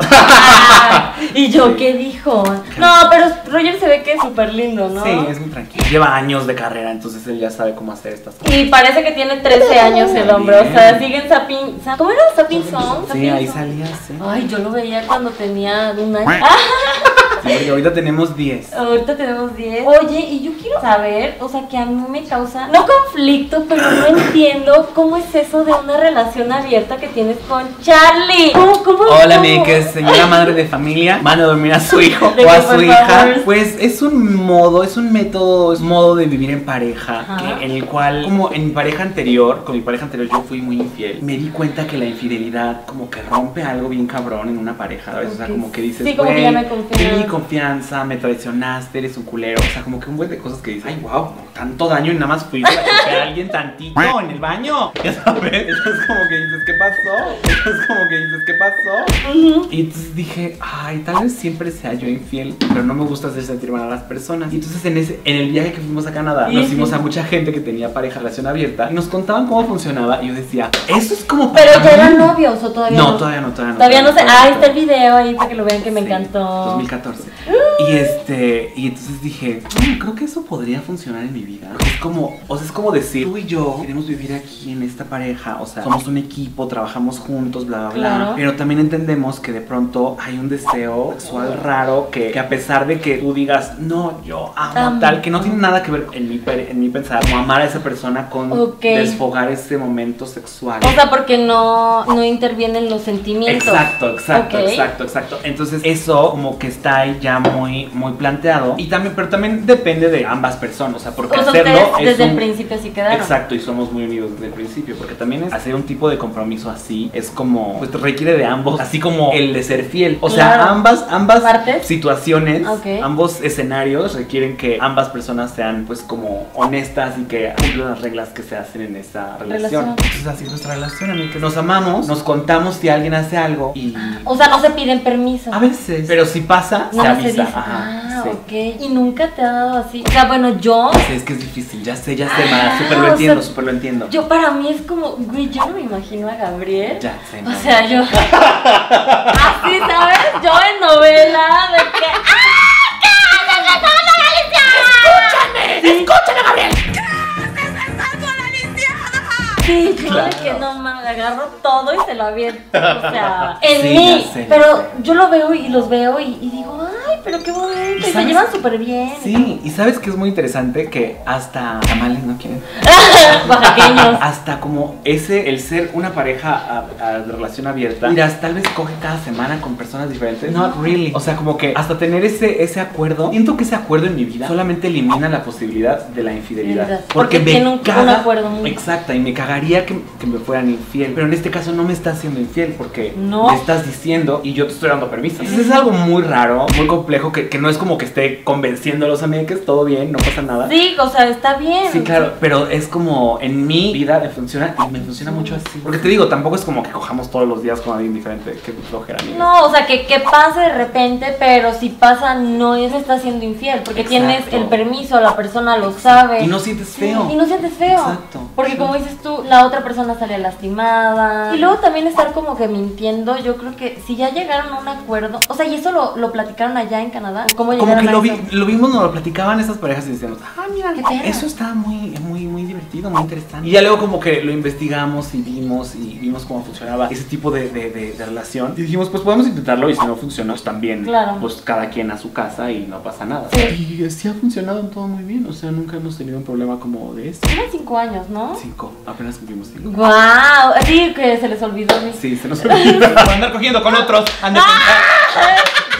Speaker 1: (laughs) ¿Y yo qué dijo? No, pero Roger se ve que es súper lindo, (laughs) ¿no?
Speaker 2: Sí, es muy tranquilo. Lleva años de carrera, entonces él ya sabe cómo hacer estas cosas.
Speaker 1: Y parece que tiene 13 años el hombre, o sea, siguen sapin... sa- ¿Cómo era? ¿Sapin Song?
Speaker 2: Sí,
Speaker 1: Sapin
Speaker 2: ahí
Speaker 1: Song.
Speaker 2: salía, sí.
Speaker 1: Ay, yo lo veía cuando tenía un año. Ah,
Speaker 2: Sí, porque ahorita tenemos 10.
Speaker 1: ahorita tenemos 10. Oye, y yo quiero saber, o sea, que a mí me causa, no conflicto, pero no entiendo cómo es eso de una relación abierta que tienes con Charlie. ¿Cómo, cómo?
Speaker 2: Hola,
Speaker 1: cómo?
Speaker 2: mi que es señora madre de familia, van a dormir a su hijo
Speaker 1: (laughs) De
Speaker 2: o a
Speaker 1: que,
Speaker 2: su
Speaker 1: por
Speaker 2: hija.
Speaker 1: favor.
Speaker 2: Pues es un modo, es un método, es un modo de vivir en pareja,
Speaker 1: Ajá.
Speaker 2: que- en el cual, como en mi pareja anterior, con mi pareja anterior yo fui muy infiel. Me di cuenta que la infidelidad como que rompe algo bien cabrón en una pareja, ¿sabes? O sea,
Speaker 1: Ok.
Speaker 2: como que dices,
Speaker 1: Sí, como que ya
Speaker 2: "Güey,
Speaker 1: no hay confianza".
Speaker 2: perdí confianza, me traicionaste, eres un culero. O sea, como que un buen de cosas que dices, ay, wow, tanto daño y nada más fui a chocar a alguien tantito en el baño. (laughs) Ya sabes, es como que dices, ¿qué pasó? Es como que dices, ¿qué pasó?
Speaker 1: Ujú.
Speaker 2: Y entonces dije, ay, tal vez siempre sea yo infiel, pero no me gusta hacer sentir mal a las personas. Y entonces en, ese, en el viaje que fuimos a Canadá, nos fuimos a mucha gente que tenía pareja relación abierta y nos contaban cómo funcionaba. Y yo decía, eso es como.
Speaker 1: Pero
Speaker 2: para
Speaker 1: ya eran
Speaker 2: mí".
Speaker 1: novios o todavía no.
Speaker 2: No, todavía no, todavía no.
Speaker 1: Todavía no sé. Ah, está el
Speaker 2: todavía no.
Speaker 1: video ahí para que lo vean que me
Speaker 2: Sí,
Speaker 1: encantó.
Speaker 2: 2014. Y este, y entonces dije, "Mm, creo que eso podría funcionar en mi vida. Es como, o sea, es como decir, tú y yo queremos vivir aquí en esta pareja, o sea, somos un equipo, trabajamos juntos, bla, bla, bla.
Speaker 1: Claro.
Speaker 2: Pero también entendemos que de pronto hay un deseo sexual raro que, que a pesar de que tú digas, no, yo amo
Speaker 1: Amo.
Speaker 2: tal, que no tiene nada que ver en mi, per- en mi pensar, como amar a esa persona con
Speaker 1: Ok.
Speaker 2: desfogar ese momento sexual.
Speaker 1: O sea, porque no, no intervienen los sentimientos.
Speaker 2: Exacto, exacto,
Speaker 1: Ok.
Speaker 2: exacto, exacto. Entonces eso como que está ahí final ya muy, muy planteado. Y también, pero también depende de ambas personas. O sea, porque
Speaker 1: O sea,
Speaker 2: hacerlo
Speaker 1: ustedes
Speaker 2: es
Speaker 1: desde
Speaker 2: un-
Speaker 1: el principio sí quedaron.
Speaker 2: Exacto, y somos muy unidos desde el principio, porque también es hacer un tipo de compromiso así es como, pues requiere de ambos, así como el de ser fiel. O sea,
Speaker 1: Claro.
Speaker 2: ambas, ambas
Speaker 1: Partes.
Speaker 2: situaciones,
Speaker 1: Ok.
Speaker 2: ambos escenarios requieren que ambas personas sean pues como honestas y que cumplan las reglas que se hacen en esa relación.
Speaker 1: Relación.
Speaker 2: Entonces así es nuestra relación, amigos. Nos amamos, nos contamos si alguien hace algo y
Speaker 1: O sea, no se piden permiso.
Speaker 2: a veces, pero si pasa, se
Speaker 1: Nada se
Speaker 2: avisa.
Speaker 1: dice.
Speaker 2: Ajá,
Speaker 1: ah,
Speaker 2: sí.
Speaker 1: ok. Y nunca te ha dado así. O sea, bueno, yo.
Speaker 2: Sí, Es que es difícil, ya sé, ya sé, ma,
Speaker 1: Ah,
Speaker 2: súper
Speaker 1: o
Speaker 2: lo
Speaker 1: sea,
Speaker 2: entiendo, súper lo entiendo.
Speaker 1: Yo para mí es como, güey, yo no me imagino a Gabriel.
Speaker 2: Ya sé,
Speaker 1: O
Speaker 2: ma.
Speaker 1: sea, yo. Así, ¿sabes? Yo en novela, de que. Sí, yo de que no mames, agarro todo y se lo aviento. O
Speaker 2: (laughs)
Speaker 1: sea, en
Speaker 2: Sí,
Speaker 1: mí.
Speaker 2: ya sé, ya
Speaker 1: pero
Speaker 2: sé.
Speaker 1: yo lo veo y los veo y, y digo, ay, pero qué bonito. Y, se
Speaker 2: sabes-
Speaker 1: llevan súper bien.
Speaker 2: Sí, y sabes que es muy interesante que hasta tamales no quieren.
Speaker 1: (laughs) Oaxaqueños.
Speaker 2: Hasta como eh, ese, el ser una pareja a, a relación abierta. Miras, tal vez coge cada semana con personas diferentes. Not really. O sea, como que hasta tener ese, ese acuerdo. Siento que ese acuerdo en mi vida solamente elimina la posibilidad de la infidelidad.
Speaker 1: Infidelidad. Porque tiene un- un acuerdo muy-
Speaker 2: Exacta, y me cagaría que, que me fueran infiel. Pero en este caso no me estás siendo infiel porque
Speaker 1: No.
Speaker 2: me estás diciendo y yo te estoy dando permiso. Entonces es algo muy raro, muy complejo, que, que no es como que esté convenciéndolos a mí de que es todo bien, no pasa nada.
Speaker 1: Sí, o sea, está bien.
Speaker 2: Sí, claro, pero es como en mi vida me funciona y me funciona mucho así. Porque te digo, tampoco es como que cojamos todos los días con alguien diferente. Qué flojera, amiga.
Speaker 1: No, o sea, que, que pase de repente, pero si pasa, no es está siendo infiel, porque
Speaker 2: Exacto.
Speaker 1: tienes el permiso, la persona lo sabe.
Speaker 2: Y no sientes feo.
Speaker 1: Y no sientes feo.
Speaker 2: Exacto.
Speaker 1: Porque
Speaker 2: Sí.
Speaker 1: como dices tú, la otra persona sale lastimada. Y luego también estar como que mintiendo, yo creo que si ya llegaron a un acuerdo, o sea, y eso lo, lo platicaron allá en Canadá. ¿Cómo
Speaker 2: Como
Speaker 1: llegaron
Speaker 2: que
Speaker 1: a
Speaker 2: lo, vi-
Speaker 1: eso?
Speaker 2: lo vimos, nos lo platicaban esas parejas y decíamos, ah, mira,
Speaker 1: Qué perra.
Speaker 2: eso está muy, muy, muy divertido, muy interesante. Y ya luego como que lo investigamos y vimos y vimos cómo funcionaba ese tipo de, de- de- de relación. Y dijimos, pues podemos intentarlo y si no funciona, pues también,
Speaker 1: Claro.
Speaker 2: pues cada quien a su casa y no pasa nada.
Speaker 1: Sí.
Speaker 2: Y sí ha funcionado todo muy bien, o sea, nunca hemos tenido un problema como de eso.
Speaker 1: Eran cinco años, ¿no?
Speaker 2: Cinco, apenas cumplimos cinco.
Speaker 1: Guau, sí, que se les olvidó. mis-
Speaker 2: Sí, se nos (laughs) olvida. Por andar cogiendo con otros. ande
Speaker 1: ¡Ah,
Speaker 2: con-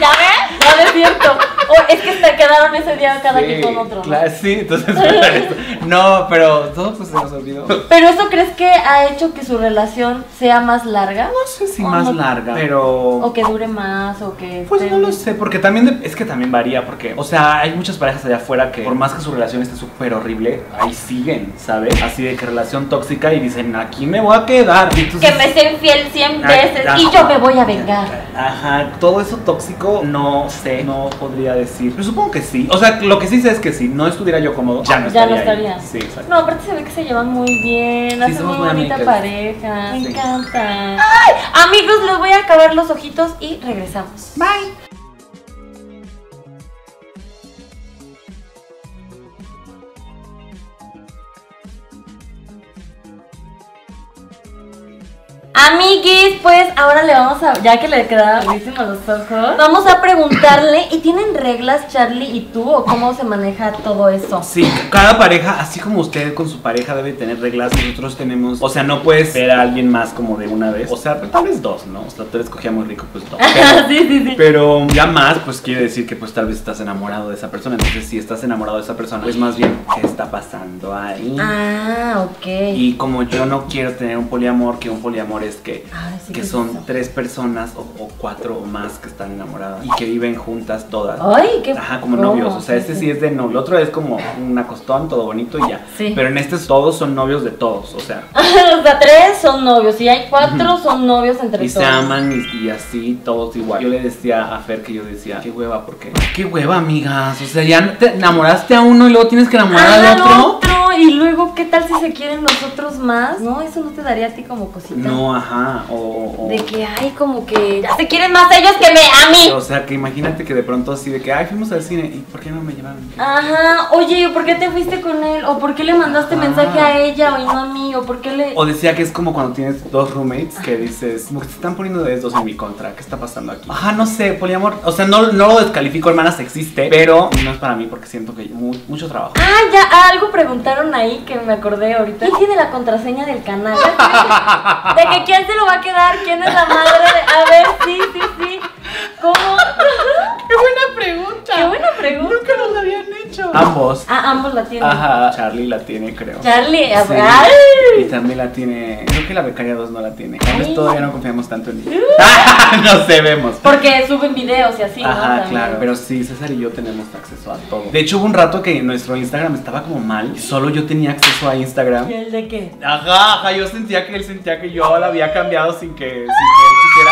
Speaker 1: (laughs) ¿Ya ves? No, no es cierto. O es que se quedaron ese día cada
Speaker 2: Sí,
Speaker 1: quien con otro. ¿no?
Speaker 2: claro, sí, entonces. (laughs) por eso. No, pero todo pues se nos olvidó. No
Speaker 1: ¿Pero eso crees que ha hecho que su relación sea más larga?
Speaker 2: sé si
Speaker 1: O
Speaker 2: más
Speaker 1: Ah, no-
Speaker 2: larga, pero.
Speaker 1: ¿O que dure más? ¿O que.?
Speaker 2: Pues no
Speaker 1: estén-
Speaker 2: lo sé, porque también de- es que también varía, porque, o sea, hay muchas parejas allá afuera que por más que su relación esté súper horrible, ahí siguen, ¿sabes? Así de que relación tóxica y dicen, aquí me voy a quedar. Y entonces- Ah,
Speaker 1: Que me sea infiel 100
Speaker 2: Ay,
Speaker 1: veces
Speaker 2: ajá.
Speaker 1: y yo me voy a vengar.
Speaker 2: Ajá, todo eso tóxico, no sé, no podría decir. Pero supongo que sí. O sea, lo que sí sé es que si no estuviera yo cómodo, ya no
Speaker 1: Ya
Speaker 2: estaría.
Speaker 1: no
Speaker 2: ahí.
Speaker 1: estaría.
Speaker 2: Sí, exacto.
Speaker 1: No, aparte se ve que se llevan muy bien. Hacen
Speaker 2: somos
Speaker 1: muy
Speaker 2: muy
Speaker 1: bonita
Speaker 2: amigas.
Speaker 1: pareja. Me
Speaker 2: Sí.
Speaker 1: encanta. ¡Ay! Amigos, les voy a acabar los ojitos y regresamos. Amiguis, pues ahora le vamos a, ya que le quedaban buenísimos los ojos, vamos a preguntarle, ¿y tienen reglas Charlie y tú o cómo se maneja todo eso?
Speaker 2: Sí, cada pareja, así como usted con su pareja debe tener reglas, nosotros tenemos, o sea, no puedes ver a alguien más como de una vez, o sea, pues, tal vez dos, ¿no? O sea, tú eres cogía muy rico, pues dos. Pero,
Speaker 1: (laughs) sí, sí, sí.
Speaker 2: pero ya más, pues quiere decir que pues tal vez estás enamorado de esa persona, entonces si estás enamorado de esa persona, pues más bien, ¿qué está pasando ahí?
Speaker 1: Ah, ok.
Speaker 2: Y como yo no quiero tener un poliamor, que un poliamor es que,
Speaker 1: Ay, sí, ¿qué
Speaker 2: que
Speaker 1: es
Speaker 2: son
Speaker 1: eso?
Speaker 2: tres personas o, o cuatro o más que están enamoradas y que viven juntas todas.
Speaker 1: Ay, qué
Speaker 2: Ajá, como
Speaker 1: promo,
Speaker 2: novios. O sea,
Speaker 1: sí,
Speaker 2: este
Speaker 1: Oh, sí.
Speaker 2: sí es de novio. El otro es como un acostón, todo bonito y ya.
Speaker 1: Sí. Ah,
Speaker 2: Pero en este todos son novios de todos. O sea,
Speaker 1: (laughs) o sea, tres son novios y hay cuatro son novios entre
Speaker 2: y se
Speaker 1: todos.
Speaker 2: aman y, y así, todos igual. Yo le decía a Fer que yo decía, qué hueva, porque. Qué hueva, amigas. O sea, ya te enamoraste a uno y luego tienes que enamorar
Speaker 1: Ah,
Speaker 2: al
Speaker 1: al
Speaker 2: otro.
Speaker 1: otro, Y luego, ¿qué tal si se quieren los otros más? No, eso no te daría a ti como cosita.
Speaker 2: No, ajá. O, o-
Speaker 1: De que hay como que ya se quieren más ellos que me, a mí.
Speaker 2: O sea, que imagínate que de pronto así de que, ay, fuimos al cine, ¿y por qué no me llevaron?
Speaker 1: Ajá, oye, ¿por qué te fuiste con él? ¿O por qué le mandaste
Speaker 2: Ajá.
Speaker 1: mensaje a ella o y no a mí? ¿O por qué le...?
Speaker 2: O decía que es como cuando tienes dos roommates que dices, como que se están poniendo de dos en mi contra, ¿qué está pasando aquí? Ajá, no sé, poliamor, o sea, no, no lo descalifico, hermanas, existe, pero no es para mí porque siento que hay mu- mucho trabajo.
Speaker 1: Ah, ya, algo preguntaron ahí que me acordé ahorita. ¿Quién tiene la contraseña del canal? (laughs) De que quién se lo va a quedar, quién es la madre de... A ver, sí, sí, sí. ¿Cómo? Qué buena
Speaker 2: Ambos.
Speaker 1: Ah, ambos la tienen.
Speaker 2: Ajá, Charlie la tiene, creo.
Speaker 1: Charlie, a
Speaker 2: Sí.
Speaker 1: ver, ay.
Speaker 2: Y también la tiene. Creo que la becaria 2 no la tiene. Tal vez
Speaker 1: Ay.
Speaker 2: todavía no confiamos tanto en ella. (laughs) no sé, vemos.
Speaker 1: Porque suben videos y así, ¿no?
Speaker 2: Ajá,
Speaker 1: También.
Speaker 2: claro. Pero sí, César y yo tenemos acceso a todo. De hecho, hubo un rato que nuestro Instagram estaba como mal. y solo yo tenía acceso a Instagram.
Speaker 1: ¿Y el de qué?
Speaker 2: Ajá, ajá, yo sentía que él sentía que yo la había cambiado sin que, sin que él quisiera.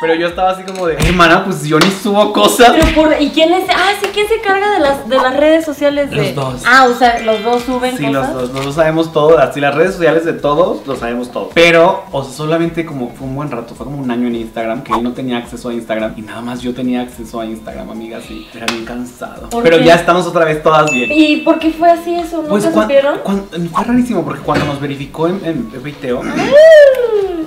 Speaker 2: Pero yo estaba así como de, hermana, pues yo ni subo cosas.
Speaker 1: Pero por, ¿Y quién es? Ah, sí, ¿quién se carga de las, de las redes sociales? De...
Speaker 2: Los dos.
Speaker 1: Ah, o sea, los dos suben
Speaker 2: Sí, los
Speaker 1: cosas.
Speaker 2: dos, nosotros sabemos todo, así las redes sociales de todos, lo sabemos todo. Pero, o sea, solamente como fue un buen rato, fue como un año en Instagram, que él no tenía acceso a Instagram y nada más yo tenía acceso a Instagram, amiga, sí. Era bien cansado.
Speaker 1: ¿Por
Speaker 2: Pero
Speaker 1: qué?
Speaker 2: ya estamos otra vez todas bien.
Speaker 1: ¿Y por qué fue así eso? ¿Nunca
Speaker 2: Pues cuan-
Speaker 1: supieron?
Speaker 2: cuan- fue rarísimo porque cuando nos verificó en, en, en Viteo,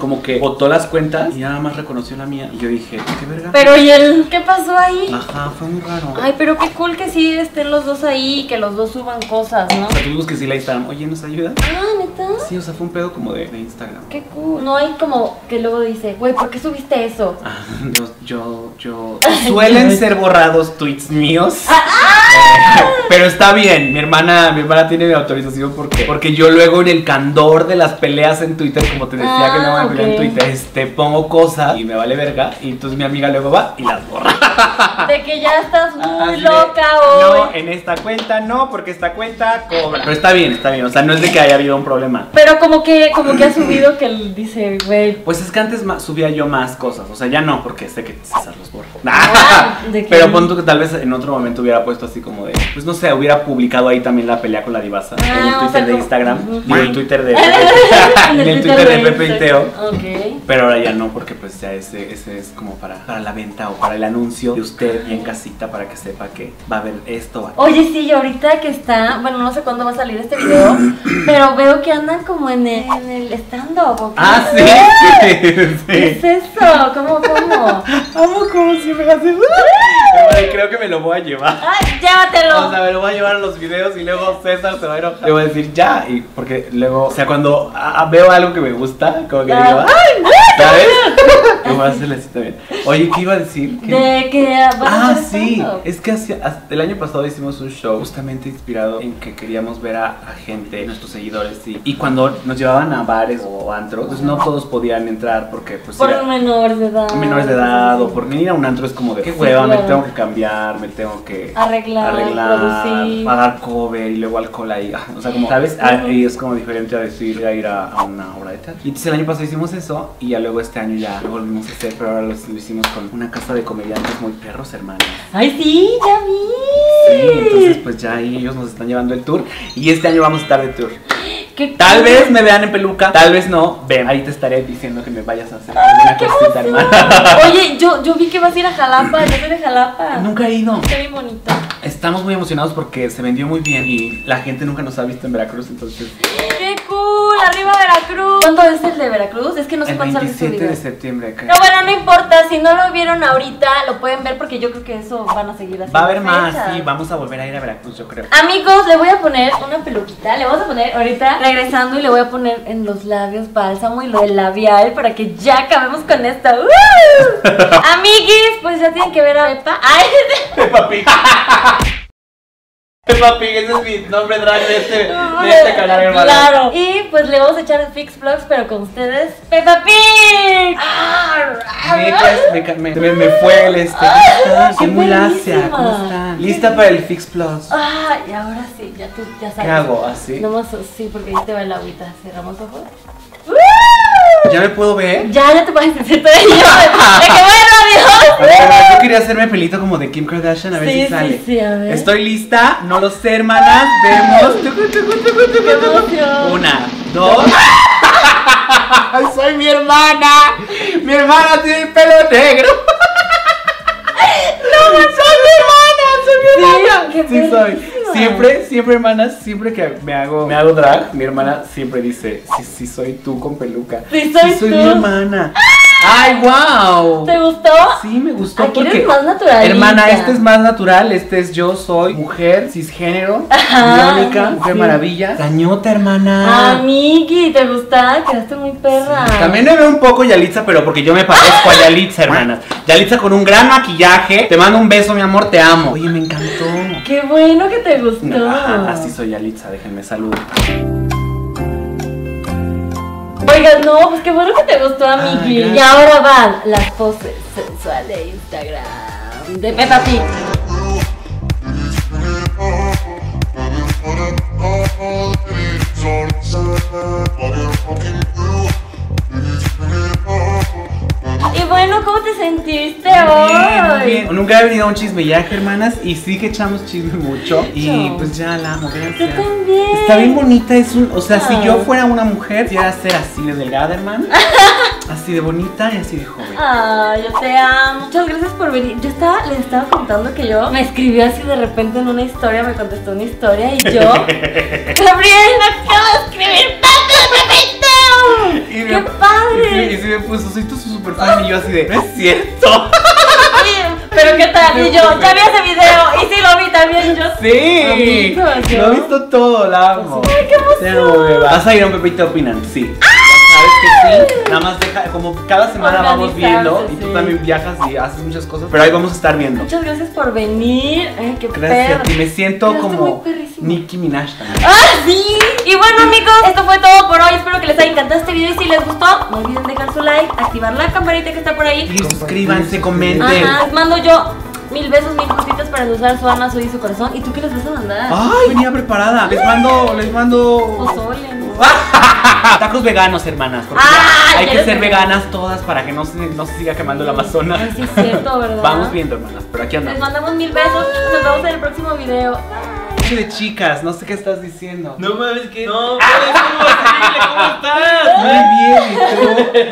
Speaker 2: como que botó las cuentas y nada más reconoció la mía. Y yo dije, qué verga.
Speaker 1: Pero ¿y el qué pasó ahí?
Speaker 2: Ajá, fue muy raro.
Speaker 1: Ay, pero qué cool que sí estén los dos ahí y que los dos suban cosas, ¿no?
Speaker 2: O sea, tuvimos que decirle a Instagram, oye, ¿nos ayuda?
Speaker 1: Ah, neta.
Speaker 2: Sí, o sea, fue un pedo como de, de Instagram.
Speaker 1: Qué cool. No hay como que luego dice, güey, ¿por qué subiste eso?
Speaker 2: Ah, Dios, yo, yo. Suelen ser borrados tweets míos.
Speaker 1: Ah,
Speaker 2: Eh, Pero está bien, mi hermana, mi hermana tiene mi autorización porque, porque yo luego en el candor de las peleas en Twitter, como te decía que me van a
Speaker 1: Ah,
Speaker 2: pelear
Speaker 1: ok.
Speaker 2: en Twitter, este, pongo cosas y me vale verga. Y entonces mi amiga luego va y las borra.
Speaker 1: De que ya estás muy
Speaker 2: Ah, Así de,
Speaker 1: loca
Speaker 2: No, eh.
Speaker 1: hoy.
Speaker 2: en esta cuenta no, porque esta cuenta cobra. Pero está bien, está bien. O sea, no es de que haya habido un problema.
Speaker 1: Pero como que, como que ha subido que él dice, güey.
Speaker 2: Pues es que antes ma- subía yo más cosas, o sea, ya no, porque sé que César los borra.
Speaker 1: Ah,
Speaker 2: (laughs)
Speaker 1: ¿de qué?
Speaker 2: Pero pon tú que tal vez en otro momento hubiera puesto así como de, pues no sé, hubiera publicado ahí también la pelea con la divasa en el
Speaker 1: Ah, o
Speaker 2: Twitter
Speaker 1: sea,
Speaker 2: de
Speaker 1: como-
Speaker 2: Instagram,
Speaker 1: Ujú.
Speaker 2: digo, el
Speaker 1: (laughs)
Speaker 2: Twitter de
Speaker 1: en
Speaker 2: (laughs) (laughs) en el Twitter de Pepe y Teo.
Speaker 1: Ok.
Speaker 2: Pero ahora ya no, porque pues ya ese, ese es como para, para la venta o para el anuncio de usted y en casita para que sepa que va a haber esto. aquí.
Speaker 1: Oye, sí, y ahorita que está, bueno, no sé cuándo va a salir este
Speaker 2: (clears throat)
Speaker 1: video, pero veo que andan como en el, en el stand-up. ¿o qué?
Speaker 2: Ah, sí.
Speaker 1: ¿Qué
Speaker 2: (laughs) sí.
Speaker 1: es eso? ¿Cómo, cómo?
Speaker 2: Amo como siempre haces. Ay, Creo que me lo voy a llevar.
Speaker 1: ¡Ay,
Speaker 2: O
Speaker 1: llévatelo!
Speaker 2: sea, me lo voy a llevar a los videos y luego César se va a enojar. Le voy a decir ya, y porque luego, o sea, cuando ah, veo algo que me gusta, como que
Speaker 1: Ah.
Speaker 2: digo, ¡ay! ¿Sabes? Yo voy a hacerle así también. Oye, ¿qué iba a decir? ¿Qué?
Speaker 1: De que van a
Speaker 2: Ah,
Speaker 1: hacer
Speaker 2: sí,
Speaker 1: stand-up.
Speaker 2: es que hacia- hasta el año pasado hicimos un show justamente inspirado en que queríamos ver a, a gente, nuestros seguidores, sí. Y cuando nos llevaban a bares o antros, pues no todos podían entrar porque, pues,
Speaker 1: Por
Speaker 2: era-
Speaker 1: menores de edad.
Speaker 2: menores de edad o porque ir a un antro es como de qué
Speaker 1: Sí,
Speaker 2: hueva, me
Speaker 1: claro.
Speaker 2: tengo que cambiar, me tengo que
Speaker 1: Arreglar, producir.
Speaker 2: pagar cover y luego alcohol ahí. O sea, como, ¿sabes? Ah, y es como diferente a decir a ir a, a una obra de teatro. Y entonces el año pasado hicimos eso y ya luego este año ya lo volvimos a hacer, pero ahora lo, lo hicimos con una casa de comediantes muy perros, hermanos.
Speaker 1: Ay, sí, ya vi.
Speaker 2: Sí, entonces pues ya ahí ellos nos están llevando el tour y este año vamos a estar de tour.
Speaker 1: Qué
Speaker 2: Tal
Speaker 1: cool.
Speaker 2: vez me vean en peluca, tal vez no. Ven, ahí te estaré diciendo que me vayas a hacer alguna
Speaker 1: ¡Qué
Speaker 2: cosita,
Speaker 1: emoción!
Speaker 2: hermana.
Speaker 1: (laughs)
Speaker 2: (laughs)
Speaker 1: Oye, yo, yo vi que vas a ir a Jalapa, yo soy de Jalapa.
Speaker 2: Nunca he ido.
Speaker 1: Está bien bonito.
Speaker 2: Estamos muy emocionados porque se vendió muy bien y la gente nunca nos ha visto en Veracruz, entonces
Speaker 1: ¡Qué cool! ¡Arriba Veracruz! ¿Cuándo es el de Veracruz? Es que no sé
Speaker 2: el
Speaker 1: cuándo sale este
Speaker 2: 27
Speaker 1: video.
Speaker 2: de septiembre creo.
Speaker 1: No, bueno, no importa. Si no lo vieron ahorita, lo pueden ver porque yo creo que eso van a seguir haciendo.
Speaker 2: Va a haber más,
Speaker 1: fechas.
Speaker 2: sí, vamos a volver a ir a Veracruz, yo creo.
Speaker 1: Amigos, le voy a poner una peluquita, le vamos a poner ahorita regresando y le voy a poner en los labios bálsamo y lo del labial para que ya acabemos con esto. ¡Uh!
Speaker 2: (laughs)
Speaker 1: Amiguis, pues ya tienen que ver a Pepa. Ay, (laughs)
Speaker 2: Peppa Pig. (laughs) Peppa Pig, ese es mi nombre drag de este, de este canal, hermano.
Speaker 1: Claro. Y pues le vamos a echar Fix Vlogs, pero con ustedes, Peppa Pig.
Speaker 2: Me, pues, me, ca- me- me- me fue el este. ¿Cómo están?
Speaker 1: Ah, qué
Speaker 2: Soy muy lacia,
Speaker 1: buenísima.
Speaker 2: ¿cómo están? Lista para el Fix Plus.
Speaker 1: Ah, y ahora sí, ya tú ya
Speaker 2: ¿Qué
Speaker 1: sabes.
Speaker 2: hago? ¿Ah, ¿Así?
Speaker 1: Nomás sí, porque ahí te va el agüita. Cerramos ojos.
Speaker 2: ¿Ya me puedo ver?
Speaker 1: Ya, ya te puedes decir todo ello. De que bueno, adiós.
Speaker 2: A ver, Yo quería hacerme pelito como de Kim Kardashian, a ver
Speaker 1: Sí,
Speaker 2: si
Speaker 1: sí,
Speaker 2: sale.
Speaker 1: sí, a ver.
Speaker 2: Estoy lista, no lo sé, hermanas. Vemos. Tucu, tucu, tucu, tucu, tucu.
Speaker 1: emoción.
Speaker 2: Una, dos. Soy mi hermana. Mi hermana tiene el pelo negro. No, soy mi hermana, soy mi hermana.
Speaker 1: Sí, qué
Speaker 2: Sí, soy.
Speaker 1: bellísima.
Speaker 2: Siempre, siempre, hermanas, siempre que me hago, me hago drag, mi hermana siempre dice, sí, sí, soy tú con peluca.
Speaker 1: Sí, soy
Speaker 2: soy
Speaker 1: tú.
Speaker 2: mi hermana. ¡Ay, wow!
Speaker 1: ¿Te gustó?
Speaker 2: Sí, me gustó
Speaker 1: Aquí
Speaker 2: porque.
Speaker 1: eres más naturalista.
Speaker 2: Hermana, este es más natural. Este es yo soy mujer, cisgénero,
Speaker 1: Ajá.
Speaker 2: biónica, mujer
Speaker 1: Sí.
Speaker 2: maravilla. Dañota, hermana.
Speaker 1: Amigui, ¿te gustaba? Quedaste muy perra.
Speaker 2: También era un poco Yalitza, pero porque yo me parezco a Yalitza, hermanas. Yalitza con un gran maquillaje. Te mando un beso, mi amor, te amo. Oye, me encantó.
Speaker 1: Qué bueno que te gustó.
Speaker 2: No, ajá, así soy Yalitza, déjenme saludar.
Speaker 1: Oigan, no, pues qué bueno que te gustó,
Speaker 2: Ay,
Speaker 1: amigui.
Speaker 2: gracias.
Speaker 1: y ahora van las poses sensuales de Instagram de Peppa Pig.
Speaker 7: Y bueno, ¿cómo te sentiste
Speaker 2: Bien, muy
Speaker 7: hoy?
Speaker 2: bien. Nunca he venido a un chismillaje, hermanas, y sí que echamos chisme mucho. Y
Speaker 1: Mucho.
Speaker 2: pues ya la amo,
Speaker 1: Yo
Speaker 2: gracias.
Speaker 1: también.
Speaker 2: Está bien bonita, es un. O sea, si
Speaker 1: Ay.
Speaker 2: yo fuera una mujer, quisiera ser así de
Speaker 1: (laughs)
Speaker 2: delgada, hermana. así de bonita y así de joven.
Speaker 1: Ay, yo te amo. Muchas gracias por venir. Yo estaba, les estaba contando que yo me escribió así de repente en una historia, me contestó una historia y
Speaker 2: (laughs)
Speaker 1: yo. Gabriela, acabo de escribir tanto de repente.
Speaker 2: Y me-
Speaker 1: ¡Qué
Speaker 2: Y,
Speaker 1: padre!
Speaker 2: sí me puso, soy tu super fan. Y yo así de, no es cierto.
Speaker 1: (laughs) Pero qué tal, y yo, ya vi ese video, y sí lo vi también, yo
Speaker 2: Sí.
Speaker 1: Lo visto,
Speaker 2: Lo
Speaker 1: yo.
Speaker 2: he visto todo, la amo.
Speaker 1: Ay, qué emoción.
Speaker 2: Te amo, beba. Vas a ir a un Pepito Opinan, sí. Ya sabes que sí. Nada más deja, como cada semana vamos viendo. Y
Speaker 1: Organizarse,
Speaker 2: tú
Speaker 1: sí.
Speaker 2: también viajas y haces muchas cosas. Pero ahí vamos a estar viendo.
Speaker 1: Muchas gracias por venir. Ay, qué
Speaker 2: Gracias a
Speaker 1: perro.
Speaker 2: ti. Me siento
Speaker 1: Pero estoy
Speaker 2: como
Speaker 1: muy perrísima.
Speaker 2: Nicki Minaj también.
Speaker 1: ¡Ah, sí! Y bueno, amigos, esto fue todo por hoy. Espero que les haya encantado este video. Y si les gustó, no olviden dejar su like, activar la campanita que está por ahí.
Speaker 2: Y suscríbanse, comenten.
Speaker 1: Ajá, les mando yo mil besos, mil cositas para usar su alma, su y su corazón. ¿Y tú qué les vas a mandar?
Speaker 2: Ay, venía preparada. Les mando, les mando.
Speaker 1: Pozole, ¿no?
Speaker 2: Ah. Tacos veganos, hermanas. Porque
Speaker 1: Ah,
Speaker 2: ya hay
Speaker 1: ya
Speaker 2: que
Speaker 1: los
Speaker 2: ser
Speaker 1: veganos.
Speaker 2: veganas todas para que no se, no se siga quemando el Amazonas.
Speaker 1: Ay, sí es
Speaker 2: (laughs)
Speaker 1: cierto, ¿verdad?
Speaker 2: Vamos viendo, hermanas. Pero aquí
Speaker 1: Les
Speaker 2: andamos.
Speaker 1: mandamos mil besos. Nos vemos en el próximo video.
Speaker 2: Noche de chicas, no sé qué estás diciendo. Ah.
Speaker 8: No mames, que no. ¿Cómo pues,
Speaker 2: Muy bien,
Speaker 1: (laughs)
Speaker 2: ¿y tú?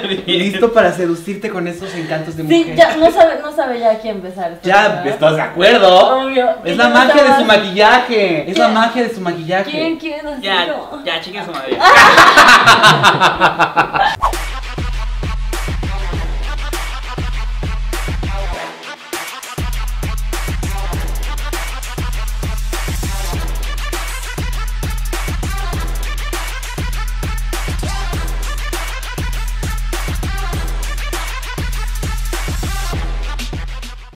Speaker 8: Bien.
Speaker 2: Listo para seducirte con esos encantos de mujer.
Speaker 1: Sí, ya no sabe, no sabe ya quién besar. esto,
Speaker 2: Ya,
Speaker 1: ¿verdad?
Speaker 2: ¿estás de acuerdo?
Speaker 1: Obvio.
Speaker 2: Es la
Speaker 1: ¿Quién
Speaker 2: magia de
Speaker 1: besaba?
Speaker 2: su maquillaje. Es la magia de su maquillaje.
Speaker 1: ¿Quién quiere
Speaker 8: estás? Ya,
Speaker 1: hacerlo?
Speaker 8: ya, chiquen su madre.